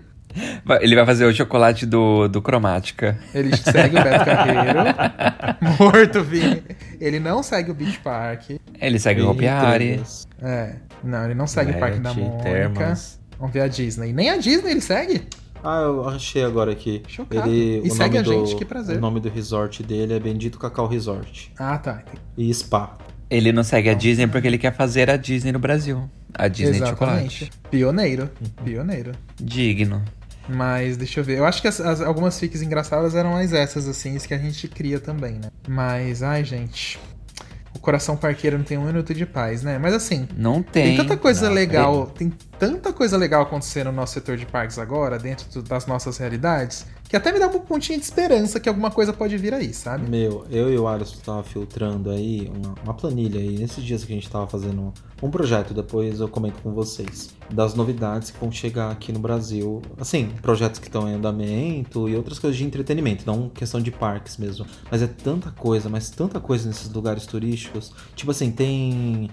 Speaker 4: Vai- Ele vai fazer o chocolate do, do Cromática.
Speaker 2: ele segue o Beto Carreiro, morto Vini. Ele não segue o Beach Park.
Speaker 4: Ele segue
Speaker 1: Ih,
Speaker 4: o Hopiari.
Speaker 1: Deus.
Speaker 2: É, não, ele não segue o Parque da
Speaker 3: Leti,
Speaker 2: Mônica.
Speaker 3: Termas.
Speaker 2: Vamos ver a Disney. Nem a Disney ele segue.
Speaker 1: Ah, eu achei agora aqui.
Speaker 2: Chocado.
Speaker 1: Ele,
Speaker 2: E
Speaker 1: o nome
Speaker 2: segue a
Speaker 1: do-
Speaker 2: gente, que prazer.
Speaker 1: O nome do resort dele é Bendito Cacau Resort.
Speaker 2: Ah, tá.
Speaker 1: E Spa.
Speaker 4: Ele não segue a Disney porque ele quer fazer a Disney no Brasil. A Disney de
Speaker 2: Exatamente.
Speaker 4: chocolate. Uhum.
Speaker 2: Pioneiro. Pioneiro.
Speaker 4: Digno.
Speaker 2: Mas deixa eu ver. Eu acho que as- as- algumas fics engraçadas eram as essas, assim, as que a gente cria também, né? Mas, ai, gente. O coração parqueiro não tem um minuto de paz, né? Mas assim.
Speaker 4: Não
Speaker 2: Tem
Speaker 4: tem.
Speaker 2: tanta coisa
Speaker 4: Não,
Speaker 2: legal, tem tanta coisa legal acontecendo no nosso setor de parques agora, dentro do- das nossas realidades, que até me dá um pontinho de esperança que alguma coisa pode vir aí, sabe?
Speaker 1: Meu, eu e o Alisson tava filtrando aí uma, uma planilha aí, nesses dias que a gente tava fazendo um projeto, depois eu comento com vocês, das novidades que vão chegar aqui no Brasil. Assim, projetos que estão em andamento e outras coisas de entretenimento, não questão de parques mesmo. Mas é tanta coisa, mas tanta coisa nesses lugares turísticos. Tipo assim, tem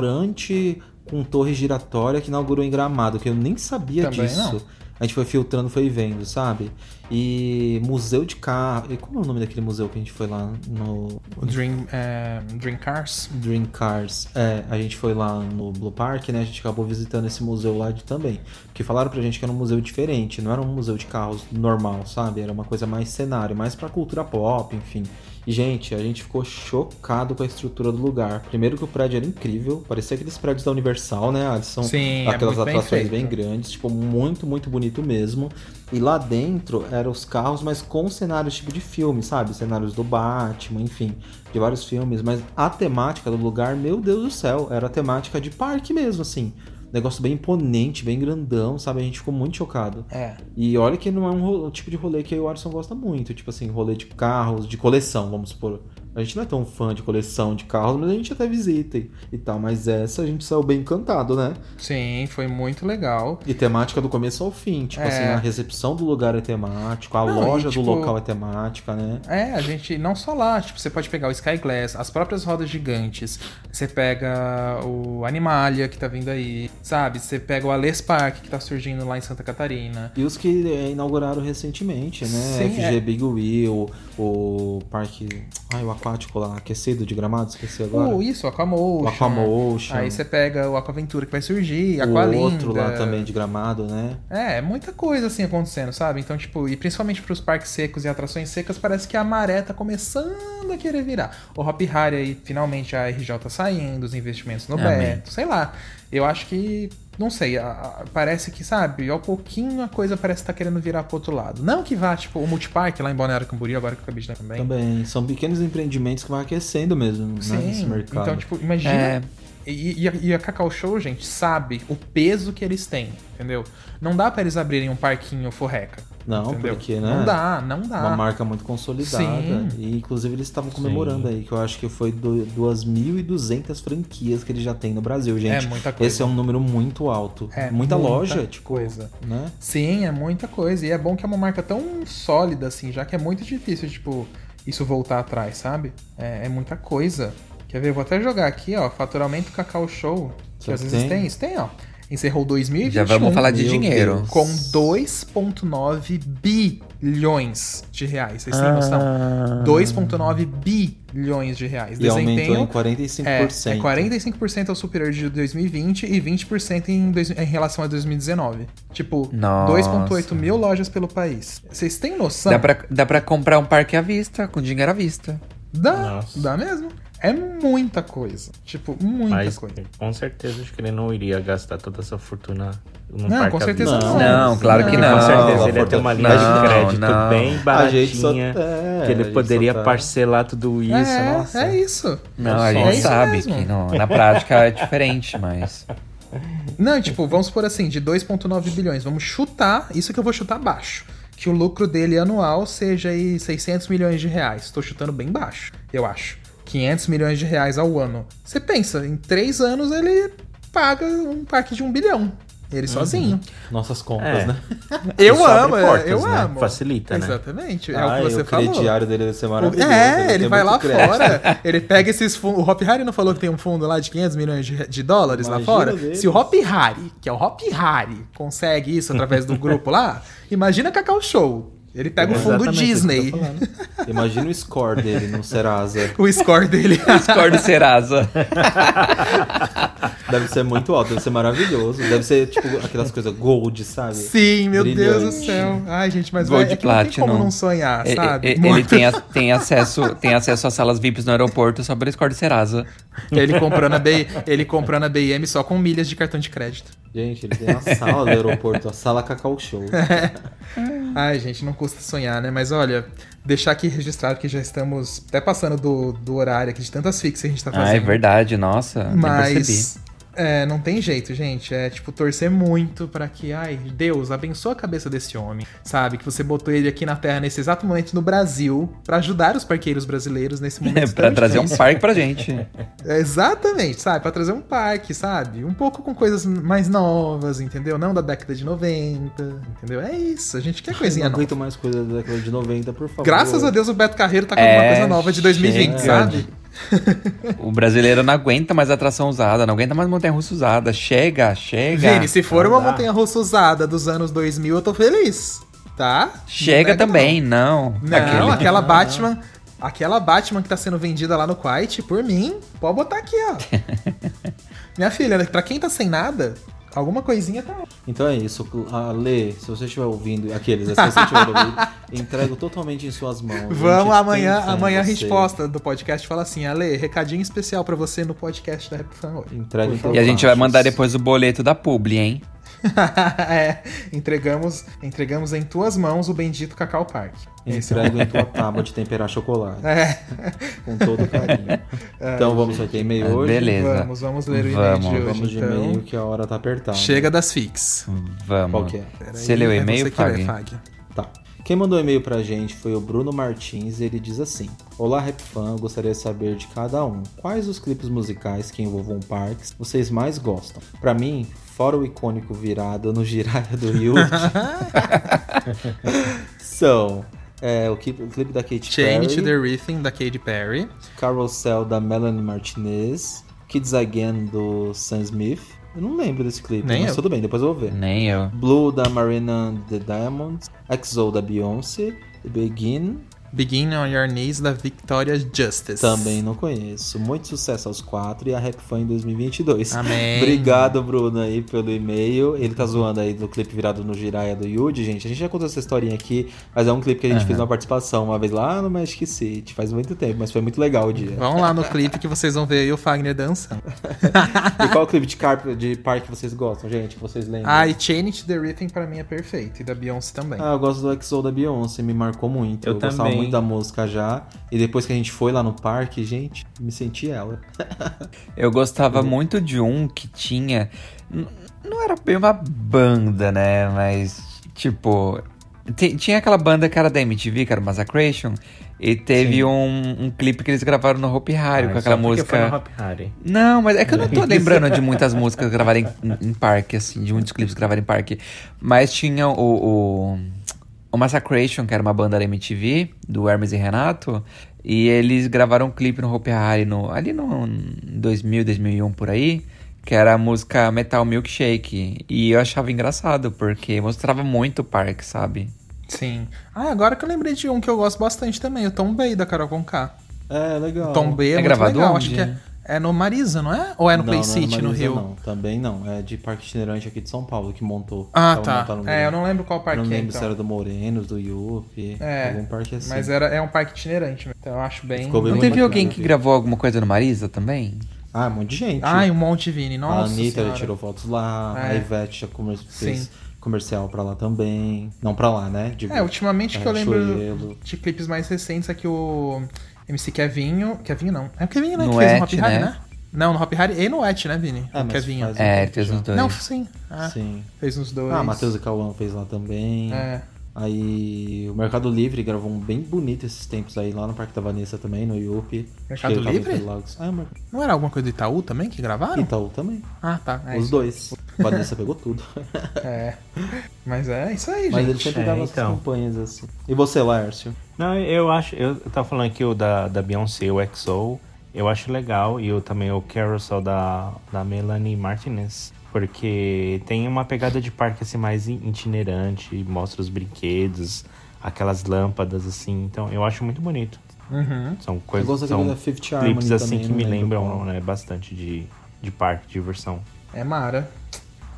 Speaker 1: restaurante com torre giratória que inaugurou em Gramado, que eu nem sabia
Speaker 2: Também
Speaker 1: disso.
Speaker 2: não.
Speaker 1: A gente foi filtrando, foi vendo, sabe? E museu de carro. E como é o nome daquele museu que a gente foi lá no
Speaker 2: O Dream, é, Dream Cars.
Speaker 1: Dream Cars? É, a gente foi lá no Blue Park, né? A gente acabou visitando esse museu lá de, também. Porque falaram pra gente que era um museu diferente, não era um museu de carros normal, sabe? Era uma coisa mais cenário, mais pra cultura pop, enfim. E, gente, a gente ficou chocado com a estrutura do lugar. Primeiro que o prédio era incrível, parecia aqueles prédios da Universal, né, Alisson?
Speaker 2: Sim,
Speaker 1: aquelas
Speaker 2: é muito bem
Speaker 1: atrações
Speaker 2: feito.
Speaker 1: bem, grandes, tipo, muito, muito bonito mesmo. E lá dentro eram os carros, mas com cenários tipo de filme, sabe? Cenários do Batman, enfim, de vários filmes. Mas a temática do lugar, meu Deus do céu, era a temática de parque mesmo, assim. Negócio bem imponente, bem grandão, sabe? A gente ficou muito chocado.
Speaker 2: É.
Speaker 1: E olha que não é um ro- tipo de rolê que o Arson gosta muito, tipo assim, rolê de carros, de coleção, vamos supor. A gente não é tão fã de coleção de carros, mas a gente até visita e, e tal. Mas essa a gente saiu bem encantado, né?
Speaker 2: Sim, foi muito legal.
Speaker 1: E temática do começo ao fim, tipo
Speaker 2: É.
Speaker 1: assim, a recepção do lugar é temático, a
Speaker 2: Não,
Speaker 1: loja
Speaker 2: e, tipo,
Speaker 1: do local é temática, né?
Speaker 2: É, a gente não só lá, tipo, você pode pegar o Sky Glass, as próprias rodas gigantes, você pega o Animalia que tá vindo aí, sabe? Você pega o Alès Park que tá surgindo lá em Santa Catarina.
Speaker 1: E os que é, inauguraram recentemente, né?
Speaker 2: Sim,
Speaker 1: FG
Speaker 2: é.
Speaker 1: Big Wheel, o parque. Ai, o aquático lá, aquecido de gramado, esqueci agora.
Speaker 2: Uh, isso, Aquamotion.
Speaker 1: o Aquamotion.
Speaker 2: Aí você pega o Aquaventura que vai surgir,
Speaker 1: o
Speaker 2: Aqualinda.
Speaker 1: outro lá também de gramado, né?
Speaker 2: É, muita coisa assim acontecendo, sabe? Então, tipo, e principalmente pros parques secos e atrações secas, parece que a maré tá começando a querer virar. O Hop Harry aí, finalmente a RJ tá saindo, os investimentos no
Speaker 3: Amém.
Speaker 2: Beto, sei lá. Eu acho que, não sei, a- a- parece que, sabe, ao pouquinho a coisa parece que tá querendo virar pro outro lado. Não que vá, tipo, o Multipark lá em Balneário Camboriú, agora que eu acabei de dar também.
Speaker 1: Também. São pequenos empreendimentos que vão aquecendo mesmo né, nesse
Speaker 2: Sim,
Speaker 1: mercado.
Speaker 2: então, tipo, imagina
Speaker 4: É,
Speaker 2: E, e a, e a Cacau Show, gente, sabe o peso que eles têm, entendeu? Não dá pra eles abrirem um parquinho forreca.
Speaker 1: Não,
Speaker 2: entendeu?
Speaker 1: porque, né?
Speaker 2: Não dá, não dá.
Speaker 1: Uma marca muito consolidada.
Speaker 2: Ah, Sim.
Speaker 1: E inclusive eles estavam comemorando aí, que eu acho que foi do- 2.200 franquias que eles já têm no Brasil, gente.
Speaker 2: É muita coisa.
Speaker 1: Esse é um número muito alto.
Speaker 2: É,
Speaker 1: muita,
Speaker 2: muita
Speaker 1: loja, tipo,
Speaker 2: coisa.
Speaker 1: né?
Speaker 2: Sim, é muita coisa. E é bom que é uma marca tão sólida, assim, já que é muito difícil, tipo, isso voltar atrás, sabe? É, é muita coisa. Quer ver? Eu vou até jogar aqui, ó, faturamento Cacau Show. Que
Speaker 1: Será
Speaker 2: às
Speaker 1: que
Speaker 2: vezes
Speaker 1: tem?
Speaker 2: tem isso, tem, ó. Encerrou 2021.
Speaker 4: já vamos falar de
Speaker 1: Meu
Speaker 4: dinheiro.
Speaker 1: Deus.
Speaker 2: com 2,9 bi bilhões de reais. Vocês têm noção? 2,9 bilhões de reais.
Speaker 1: Ah. E aumentou
Speaker 2: Desempenho
Speaker 1: em 45%.
Speaker 2: é, é 45% ao superior de 2020 e 20% em, dois- em relação a 2019. Tipo,
Speaker 4: Nossa.
Speaker 2: 2,8 mil lojas pelo país. Vocês têm noção?
Speaker 4: Dá pra, dá pra comprar um parque à vista, com dinheiro à vista.
Speaker 2: Dá,
Speaker 3: Nossa.
Speaker 2: dá mesmo. É muita coisa. Tipo, muita
Speaker 3: Mas
Speaker 2: coisa.
Speaker 3: com certeza acho que ele não iria gastar toda essa fortuna no
Speaker 2: Não,
Speaker 3: parque
Speaker 2: com
Speaker 3: à
Speaker 2: certeza
Speaker 3: vista.
Speaker 2: não.
Speaker 4: Não, claro que
Speaker 3: Porque
Speaker 4: não.
Speaker 3: com certeza
Speaker 1: a
Speaker 3: ele ia ter uma
Speaker 1: fortuna-
Speaker 3: linha
Speaker 4: Não,
Speaker 3: de crédito
Speaker 4: não.
Speaker 3: bem
Speaker 1: A gente só-
Speaker 3: baratinha.
Speaker 1: é,
Speaker 3: que
Speaker 1: a
Speaker 3: ele
Speaker 1: gente
Speaker 3: poderia
Speaker 1: só tá-
Speaker 3: parcelar tudo isso.
Speaker 2: é,
Speaker 3: nossa.
Speaker 2: é isso.
Speaker 4: Não,
Speaker 3: É
Speaker 4: a
Speaker 3: só
Speaker 4: gente
Speaker 3: isso
Speaker 4: sabe
Speaker 2: mesmo.
Speaker 4: que não, na prática é diferente, mas.
Speaker 2: Não, tipo, vamos por assim, de 2,9 bilhões. Vamos chutar, isso que eu vou chutar baixo. Que o lucro dele anual seja aí 600 milhões de reais. Tô chutando bem baixo, eu acho. 500 milhões de reais ao ano. Você pensa, em três anos ele paga um parque de um bilhão. Ele sozinho.
Speaker 1: Nossas contas,
Speaker 3: É.
Speaker 1: né?
Speaker 2: Eu
Speaker 3: Isso abre
Speaker 2: amo, é,
Speaker 3: portas,
Speaker 2: eu
Speaker 3: né?
Speaker 2: amo.
Speaker 3: Facilita, né?
Speaker 2: Exatamente, é
Speaker 1: Ah,
Speaker 2: o que
Speaker 1: o
Speaker 2: você falou.
Speaker 1: crediário dele deve ser maravilhoso.
Speaker 2: É,
Speaker 1: deve
Speaker 2: ele
Speaker 1: ter
Speaker 2: vai
Speaker 1: muito
Speaker 2: lá
Speaker 1: crédito.
Speaker 2: fora, ele pega esses fundos. O Hop Harry não falou que tem um fundo lá de 500 milhões de, de dólares lá
Speaker 1: Imagina
Speaker 2: fora?
Speaker 1: deles.
Speaker 2: Se o Hop Harry, que é o Hop Harry, consegue isso através do grupo lá, imagina é Cacau Show. Ele pega o fundo
Speaker 3: Exatamente, é isso que eu tô
Speaker 2: Disney,
Speaker 3: falando.
Speaker 1: Imagina o score dele no Serasa.
Speaker 2: o score dele. é assim.
Speaker 4: Discord Serasa.
Speaker 1: Deve ser muito alto, deve ser maravilhoso. Deve ser, tipo, aquelas coisas gold, sabe?
Speaker 2: Sim, meu Deus do
Speaker 1: Brilhante.
Speaker 2: céu. Ai, gente, mas
Speaker 4: Gold
Speaker 2: vai, é que não tem
Speaker 4: Platinum.
Speaker 2: como não sonhar,
Speaker 4: E-
Speaker 2: sabe?
Speaker 4: e- Ele
Speaker 2: Muito.
Speaker 4: tem, a- tem acesso, tem acesso a salas VIPs no aeroporto só pelo Discord Serasa.
Speaker 2: Ele comprando a B, ele comprando a BM só com milhas de cartão de crédito.
Speaker 1: Gente, ele tem a sala do aeroporto, a sala Cacau Show.
Speaker 2: Ai, gente, não custa sonhar, né? Mas olha, deixar aqui registrado que já estamos até passando do, do horário aqui de tantas fixas que a gente tá fazendo.
Speaker 4: Ah, é verdade, nossa. nem percebi.
Speaker 2: Mas. É, não tem jeito, gente. É tipo torcer muito pra que, ai, Deus, abençoa a cabeça desse homem, sabe? Que você botou ele aqui na Terra nesse exato momento no Brasil pra ajudar os parqueiros brasileiros nesse momento.
Speaker 4: pra
Speaker 2: tão
Speaker 4: trazer um
Speaker 2: difícil.
Speaker 4: parque pra gente.
Speaker 2: É, Exatamente, sabe? Pra trazer um parque, sabe? Um pouco com coisas mais novas, entendeu? Não da década de 90, entendeu? É isso, a gente quer coisinha
Speaker 1: não
Speaker 2: nova.
Speaker 1: aguento mais coisa da década de 90, por favor.
Speaker 2: Graças a Deus o Beto Carreiro tá com
Speaker 4: É,
Speaker 2: alguma coisa nova de 2020,
Speaker 4: chega.
Speaker 2: sabe?
Speaker 4: O brasileiro não aguenta mais atração usada, não aguenta mais montanha-russa usada. Chega, chega.
Speaker 2: Vini, se for uma
Speaker 3: dá.
Speaker 2: montanha russa usada dos anos 2000, eu tô feliz, tá?
Speaker 4: Chega
Speaker 2: Não nega,
Speaker 4: também, é não.
Speaker 2: Não,
Speaker 4: Aquele-
Speaker 2: Não, aquela Batman. Aquela Batman que tá sendo vendida lá no Quiet, por mim, pode botar aqui, ó. Minha filha, pra quem tá sem nada, alguma coisinha tá.
Speaker 1: Então é isso, Ale, se você estiver ouvindo, aqueles, assim, se você estiver ouvindo, entrego totalmente em suas mãos. A
Speaker 2: Vamos
Speaker 1: gente
Speaker 2: amanhã,
Speaker 1: tem fé em
Speaker 2: amanhã a
Speaker 1: você.
Speaker 2: resposta do podcast fala assim: Ale, recadinho especial pra você no podcast da Rap Fan hoje.
Speaker 1: Entrega em
Speaker 4: E a gente vai mandar depois o boleto da publi, hein?
Speaker 2: é, entregamos, entregamos em tuas mãos o bendito Cacau Park. Esse
Speaker 1: Entrego em tua tábua de temperar chocolate,
Speaker 2: É,
Speaker 1: com todo carinho. Então vamos fazer e-mail
Speaker 4: Ah,
Speaker 1: hoje.
Speaker 4: Beleza.
Speaker 2: vamos, vamos ler o e-mail
Speaker 4: Vamos,
Speaker 2: de hoje.
Speaker 1: Vamos de
Speaker 2: então.
Speaker 1: e-mail que a hora tá apertada.
Speaker 2: Chega das fics.
Speaker 4: Vamos.
Speaker 1: Qual que é?
Speaker 4: Você leu o
Speaker 2: É
Speaker 4: e-mail,
Speaker 2: você que lê,
Speaker 4: Fag?
Speaker 2: Fag.
Speaker 1: Tá. Quem mandou e-mail pra gente foi o Bruno Martins e ele diz assim: Olá, rap fã, gostaria de saber de cada um quais os clipes musicais que envolvam parques vocês mais gostam. Pra mim, fora o icônico virado no Jiraya do Yuji, são é, o, clipe, o clipe da Katy
Speaker 2: Chain
Speaker 1: Perry,
Speaker 2: to the Rhythm, da Katy Perry.
Speaker 1: Carousel da Melanie Martinez, Kids Again do Sam Smith. Eu não lembro desse clipe,
Speaker 2: Nem
Speaker 1: mas
Speaker 2: eu.
Speaker 1: tudo bem, depois eu vou ver.
Speaker 4: Nem eu.
Speaker 1: Blue da Marina and The Diamonds, XO da Beyoncé, Begin,
Speaker 2: Begin on Your Knees, da Victoria Justice.
Speaker 1: também não conheço. Muito sucesso aos quatro e a Rap Fan em 2022.
Speaker 2: Amém.
Speaker 1: Obrigado, Bruno, aí pelo e-mail. Ele tá zoando aí do clipe virado no Jiraya do Yudi, gente. A gente já contou essa historinha aqui, mas é um clipe que a gente fez uma participação uma vez lá no Magic City, faz muito tempo, mas foi muito legal o dia.
Speaker 2: Vão lá no clipe que vocês vão ver eu e o Fagner dançando.
Speaker 1: E qual clipe de, carpa, de parque vocês gostam, gente, que vocês lembram?
Speaker 2: Ah, e Chain to the Rhythm pra mim é perfeito. E da Beyoncé também.
Speaker 1: Ah, eu gosto do XO da Beyoncé, me marcou muito. Eu,
Speaker 3: Eu
Speaker 1: gostava
Speaker 3: também.
Speaker 1: muito da música já. E depois que a gente foi lá no parque, gente, me senti ela.
Speaker 4: Eu gostava muito de um que tinha. n- Não era bem uma banda, né? Mas, tipo. ti- Tinha aquela banda que era da MTV, que era o Massacration, e teve um, um clipe que eles gravaram no Hopi Hari com
Speaker 3: Ah,
Speaker 4: aquela
Speaker 3: só porque foi no
Speaker 4: música.
Speaker 3: Hop Harry.
Speaker 4: Não, mas é que eu não tô lembrando de muitas músicas gravadas em, em- em parque, assim, de muitos clipes gravados em parque. Mas tinha o, o, o Massacration, que era uma banda da MTV, do Hermes e Renato. E eles gravaram um clipe no Hopi Hari no, ali no 2000, 2001, por aí. Que era a música Metal Milkshake. E eu achava engraçado, porque mostrava muito o parque, sabe?
Speaker 2: Sim. Ah, agora que eu lembrei de um que eu gosto bastante também, o Tom Bay da Carol Conká.
Speaker 1: É, legal.
Speaker 2: Tom Bay é,
Speaker 4: É
Speaker 2: muito
Speaker 4: gravado
Speaker 2: legal,
Speaker 4: onde?
Speaker 2: acho que é, é no Marisa, não é? Ou é no
Speaker 1: Não,
Speaker 2: Play
Speaker 1: não é
Speaker 2: City, no
Speaker 1: Marisa,
Speaker 2: Rio?
Speaker 1: Não, também não. É de Parque Itinerante aqui de São Paulo que montou.
Speaker 2: Ah,
Speaker 1: Tava
Speaker 2: tá.
Speaker 1: montando um
Speaker 2: É, eu
Speaker 1: grupo.
Speaker 2: não lembro qual parque
Speaker 1: Não
Speaker 2: é,
Speaker 1: lembro se
Speaker 2: então.
Speaker 1: era do Morenos, do Yupi,
Speaker 2: É,
Speaker 1: algum parque assim.
Speaker 2: Mas era, é um parque itinerante, então eu acho bem...
Speaker 1: Ficou bem
Speaker 4: Não
Speaker 1: Não
Speaker 4: teve
Speaker 1: bacana,
Speaker 4: alguém que
Speaker 1: viu?
Speaker 4: gravou alguma coisa no Marisa também?
Speaker 1: Ah, um monte de gente.
Speaker 2: Ai, um monte, Vini.
Speaker 1: a
Speaker 2: Nossa
Speaker 1: Anitta
Speaker 2: senhora.
Speaker 1: tirou fotos lá,
Speaker 2: É.
Speaker 1: a Ivete já comer-
Speaker 2: Sim.
Speaker 1: fez comercial pra lá também. Não pra lá, né? Digo,
Speaker 2: É, ultimamente que eu
Speaker 1: pra
Speaker 2: lembro
Speaker 1: Riachuelo.
Speaker 2: de clipes mais recentes é que o MC Kevinho... Kevinho não. É o Kevinho, né?
Speaker 4: No
Speaker 2: que fez no
Speaker 4: Et,
Speaker 2: Hop Hari,
Speaker 4: né?
Speaker 2: né? Não, no Hop Hari e no Et, né, Vini?
Speaker 1: É,
Speaker 2: o
Speaker 1: mas
Speaker 2: Kevinho.
Speaker 1: faz- um
Speaker 4: É, ele fez
Speaker 3: um-
Speaker 4: os dois.
Speaker 2: Não, sim. Ah,
Speaker 1: Sim.
Speaker 2: Fez uns dois.
Speaker 1: Ah, Matheus e Cauã fez lá também.
Speaker 2: É.
Speaker 1: Aí o Mercado Livre gravou um bem bonito esses tempos aí, lá no Parque da Vanessa também, no Yupi.
Speaker 2: Mercado
Speaker 1: Cheio de
Speaker 2: Livre?
Speaker 1: Cavalo Lagos. Ah, Mer...
Speaker 2: Não era alguma coisa do Itaú também que gravaram?
Speaker 1: Itaú também.
Speaker 2: Ah, tá. É
Speaker 1: Então, Os
Speaker 2: isso.
Speaker 1: dois. Vanessa pegou tudo.
Speaker 2: É. Mas é isso aí,
Speaker 1: Mas
Speaker 2: gente.
Speaker 1: ele sempre
Speaker 3: é,
Speaker 1: dava essas
Speaker 3: então.
Speaker 1: campanhas assim. E você, Lárcio?
Speaker 3: Não, eu acho. Eu tava falando aqui o da, da Beyoncé, o XO, eu acho legal. E eu também o Carousel da, da Melanie Martinez. Porque tem uma pegada de parque assim mais i- itinerante, mostra os brinquedos, aquelas lâmpadas assim. Então eu acho muito bonito.
Speaker 2: Uhum.
Speaker 3: São
Speaker 1: Eu
Speaker 3: coisas.
Speaker 1: gosto daquele
Speaker 3: São
Speaker 1: da Fifth Harmony
Speaker 3: clipes assim
Speaker 1: Tá, também,
Speaker 3: que
Speaker 1: não
Speaker 3: me
Speaker 1: lembro
Speaker 3: lembram
Speaker 1: qual.
Speaker 3: né, bastante de, de parque, de diversão.
Speaker 2: É Mara.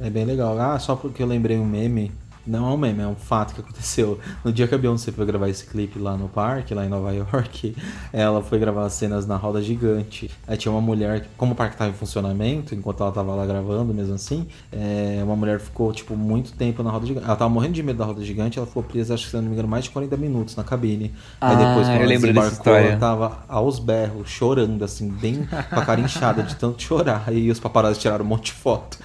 Speaker 1: É bem legal. Ah, só porque eu lembrei um meme. Não é um meme, é um fato que aconteceu. No dia que a Beyoncé foi gravar esse clipe lá no parque, lá em Nova York, ela foi gravar as cenas na roda gigante. Aí tinha uma mulher, que- como o parque tava em funcionamento, enquanto ela tava lá gravando mesmo assim, é, uma mulher ficou, tipo, muito tempo na roda gigante. Ela tava morrendo de medo da roda gigante, ela ficou presa, acho que se eu não me engano, mais de 40 minutos na cabine. Aí
Speaker 4: Ah,
Speaker 1: depois, quando
Speaker 4: eu
Speaker 1: ela
Speaker 4: lembro dessa
Speaker 1: desembarcou,
Speaker 4: história.
Speaker 1: ela tava aos berros, chorando, assim, bem com a cara inchada de tanto chorar. E os paparazzi tiraram um monte de foto.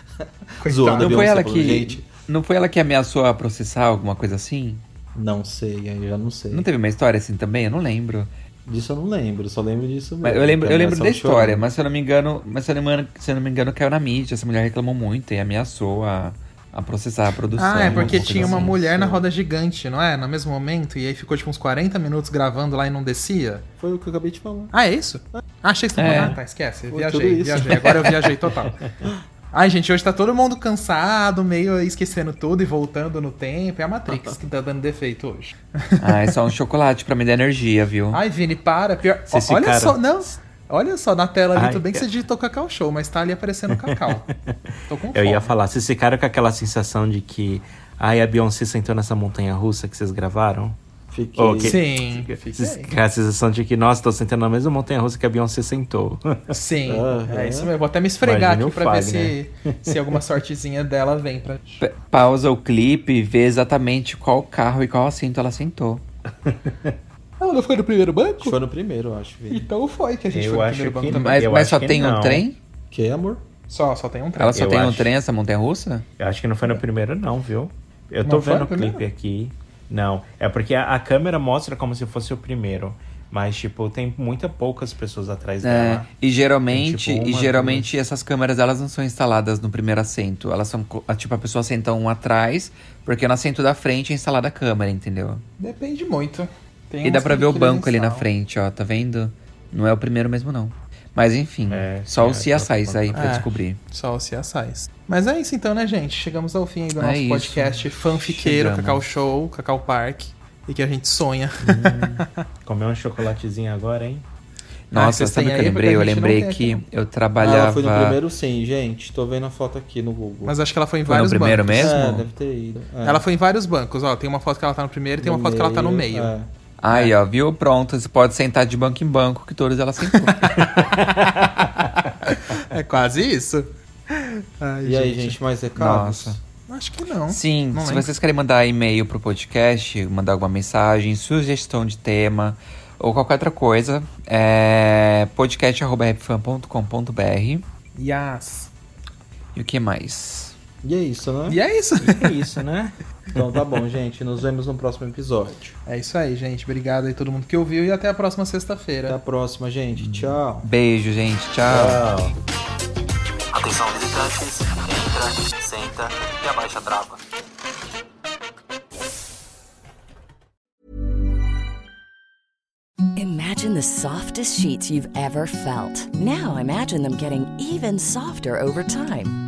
Speaker 2: Coitada.
Speaker 1: Zoando a
Speaker 4: Não
Speaker 1: Beyoncé
Speaker 4: foi ela
Speaker 1: falando,
Speaker 4: que.
Speaker 1: gente.
Speaker 4: Não foi ela que ameaçou a processar alguma coisa assim?
Speaker 1: Não sei, aí eu já não sei.
Speaker 4: Não teve uma história assim também? Eu não lembro.
Speaker 1: Disso eu não lembro, só lembro disso mesmo.
Speaker 4: Mas eu lembro,
Speaker 1: que é
Speaker 4: eu lembro da
Speaker 2: um
Speaker 1: ameaçaram
Speaker 4: história,
Speaker 1: chorar.
Speaker 4: mas se eu não me engano, mas se eu não me engano, se eu não me engano, caiu na mídia. Essa mulher reclamou muito e ameaçou a, a processar a produção.
Speaker 2: Ah, é porque
Speaker 4: alguma
Speaker 2: tinha
Speaker 4: coisa
Speaker 2: uma
Speaker 4: assim.
Speaker 2: mulher na
Speaker 1: sim.
Speaker 2: roda gigante, não é? No mesmo momento, e aí ficou tipo uns 40 minutos gravando lá e não descia.
Speaker 1: Foi o que eu acabei de falar.
Speaker 2: Ah, é isso? Ah, achei que você tava
Speaker 4: É.
Speaker 2: falando. Ah, tá,
Speaker 1: Foi
Speaker 2: esquece.
Speaker 1: tudo
Speaker 2: Viajei,
Speaker 1: isso.
Speaker 2: viajei. Agora eu viajei total. Ai, gente, hoje tá todo mundo cansado, meio esquecendo tudo e voltando no tempo. É a Matrix que tá dando defeito hoje.
Speaker 4: Ah, é só um chocolate pra me dar energia, viu?
Speaker 2: Ai, Vini, para. Pior...
Speaker 3: Vocês
Speaker 2: Olha
Speaker 3: ficaram-
Speaker 2: só, não. Olha só, na tela ali,
Speaker 3: Ai,
Speaker 2: tudo bem que
Speaker 3: cara.
Speaker 2: você digitou Cacau Show, mas tá ali aparecendo Cacau. Tô com
Speaker 3: Eu
Speaker 2: fome.
Speaker 3: ia falar, vocês ficaram com aquela sensação de que. Ai, a Beyoncé sentou nessa montanha russa que vocês gravaram?
Speaker 1: Fiquei.
Speaker 3: Ok.
Speaker 1: Hum,
Speaker 2: Sim,
Speaker 3: Vocês
Speaker 2: fiquei.
Speaker 3: ficaram com a sensação de que, nossa, tô sentando na mesma montanha russa que a Beyoncé sentou.
Speaker 2: Sim,
Speaker 1: Aham.
Speaker 2: é isso mesmo. Vou até me esfregar
Speaker 3: Imagina
Speaker 2: aqui
Speaker 3: o
Speaker 2: pra ver
Speaker 3: Fagner.
Speaker 2: se, se alguma sortezinha dela vem pra.
Speaker 4: Pa- Pausa o clipe e vê exatamente qual carro e qual assento ela sentou.
Speaker 2: Ah, Ela não foi no primeiro
Speaker 1: Acho
Speaker 2: banco?
Speaker 1: que Foi no primeiro, eu acho, Vini.
Speaker 2: Então foi que a gente
Speaker 3: Eu
Speaker 2: foi no
Speaker 3: acho
Speaker 2: primeiro banco
Speaker 3: que
Speaker 2: também.
Speaker 4: Mas,
Speaker 3: Eu
Speaker 4: mas
Speaker 3: acho
Speaker 4: só
Speaker 3: que
Speaker 4: tem um
Speaker 3: não.
Speaker 4: trem?
Speaker 1: Que é, amor?
Speaker 2: Só, só tem um trem.
Speaker 4: Ela só
Speaker 3: Eu
Speaker 4: tem um
Speaker 3: acho.
Speaker 4: trem, essa montanha russa?
Speaker 3: Eu acho que não foi no primeiro, não, viu? Eu tô
Speaker 2: Não foi
Speaker 3: vendo
Speaker 2: no
Speaker 3: o clipe
Speaker 2: primeiro?
Speaker 3: aqui. Não, é porque a, a câmera mostra como se fosse o primeiro. Mas, tipo, tem muita poucas pessoas atrás
Speaker 4: É,
Speaker 3: dela.
Speaker 4: e geralmente,
Speaker 3: Tem, tipo,
Speaker 4: e
Speaker 3: uma,
Speaker 4: geralmente essas câmeras elas não são instaladas no primeiro assento. Elas são, co- tipo, a pessoa senta um atrás, porque no assento da frente é instalada a câmera, entendeu?
Speaker 2: Depende muito. Tem
Speaker 4: E dá
Speaker 2: uns
Speaker 4: pra
Speaker 2: que-
Speaker 4: ver o
Speaker 2: que eles
Speaker 4: banco ali na
Speaker 2: instalam.
Speaker 4: frente, ó, tá vendo? Não é o primeiro mesmo, não. Mas enfim,
Speaker 3: É,
Speaker 4: só o
Speaker 3: sim, é,
Speaker 4: CSIs aí pra
Speaker 2: É.
Speaker 4: descobrir.
Speaker 2: Só os CSIs. Mas é isso então, né, gente? Chegamos ao fim aí do
Speaker 4: É
Speaker 2: nosso
Speaker 4: isso.
Speaker 2: podcast fanfiqueiro,
Speaker 4: Chegamos.
Speaker 2: Cacau Show, Cacau Park. E que a gente sonha.
Speaker 3: Comer um chocolatezinho agora, hein?
Speaker 4: Nossa,
Speaker 2: vocês
Speaker 4: sabe o
Speaker 2: têm
Speaker 4: que eu
Speaker 2: aí? Porque a
Speaker 4: lembrei? Eu
Speaker 2: gente não
Speaker 4: lembrei
Speaker 2: tem
Speaker 4: que
Speaker 2: aqui,
Speaker 4: eu
Speaker 1: Ah,
Speaker 4: trabalhava.
Speaker 1: foi no primeiro sim, gente. Tô vendo a foto aqui no Google.
Speaker 2: Mas acho que ela foi em
Speaker 4: Foi no
Speaker 2: vários
Speaker 4: primeiro
Speaker 2: bancos.
Speaker 4: mesmo?
Speaker 1: É, deve ter ido. É.
Speaker 2: Ela foi em vários bancos, ó. Tem uma foto que ela tá no primeiro e tem uma foto que ela tá no meio.
Speaker 1: é.
Speaker 4: Aí, ó, viu? Pronto, você pode sentar de banco em banco, que todas elas sentou.
Speaker 2: É quase isso. Ai,
Speaker 1: E aí, gente, mais recados?
Speaker 4: Nossa.
Speaker 2: Acho que não.
Speaker 4: Sim,
Speaker 2: Não
Speaker 4: se
Speaker 2: lembro.
Speaker 4: vocês querem mandar e-mail pro podcast, mandar alguma mensagem, sugestão de tema ou qualquer outra coisa, é podcast.com.br.
Speaker 2: Yas.
Speaker 4: E o que mais?
Speaker 1: E é isso, né?
Speaker 2: E é isso.
Speaker 3: É isso, né?
Speaker 1: Então tá bom, gente. Nos vemos no próximo episódio.
Speaker 2: É isso aí, gente. Obrigado aí todo mundo que ouviu e até a próxima
Speaker 1: Até a
Speaker 2: sexta-feira.
Speaker 1: próxima, gente. Tchau.
Speaker 4: Beijo, gente. Tchau.
Speaker 3: Ah.
Speaker 5: Atenção, visitantes. Entra, senta e abaixa a trava.
Speaker 7: Imagine the softest sheets you've ever felt. Now imagine them getting even softer over time.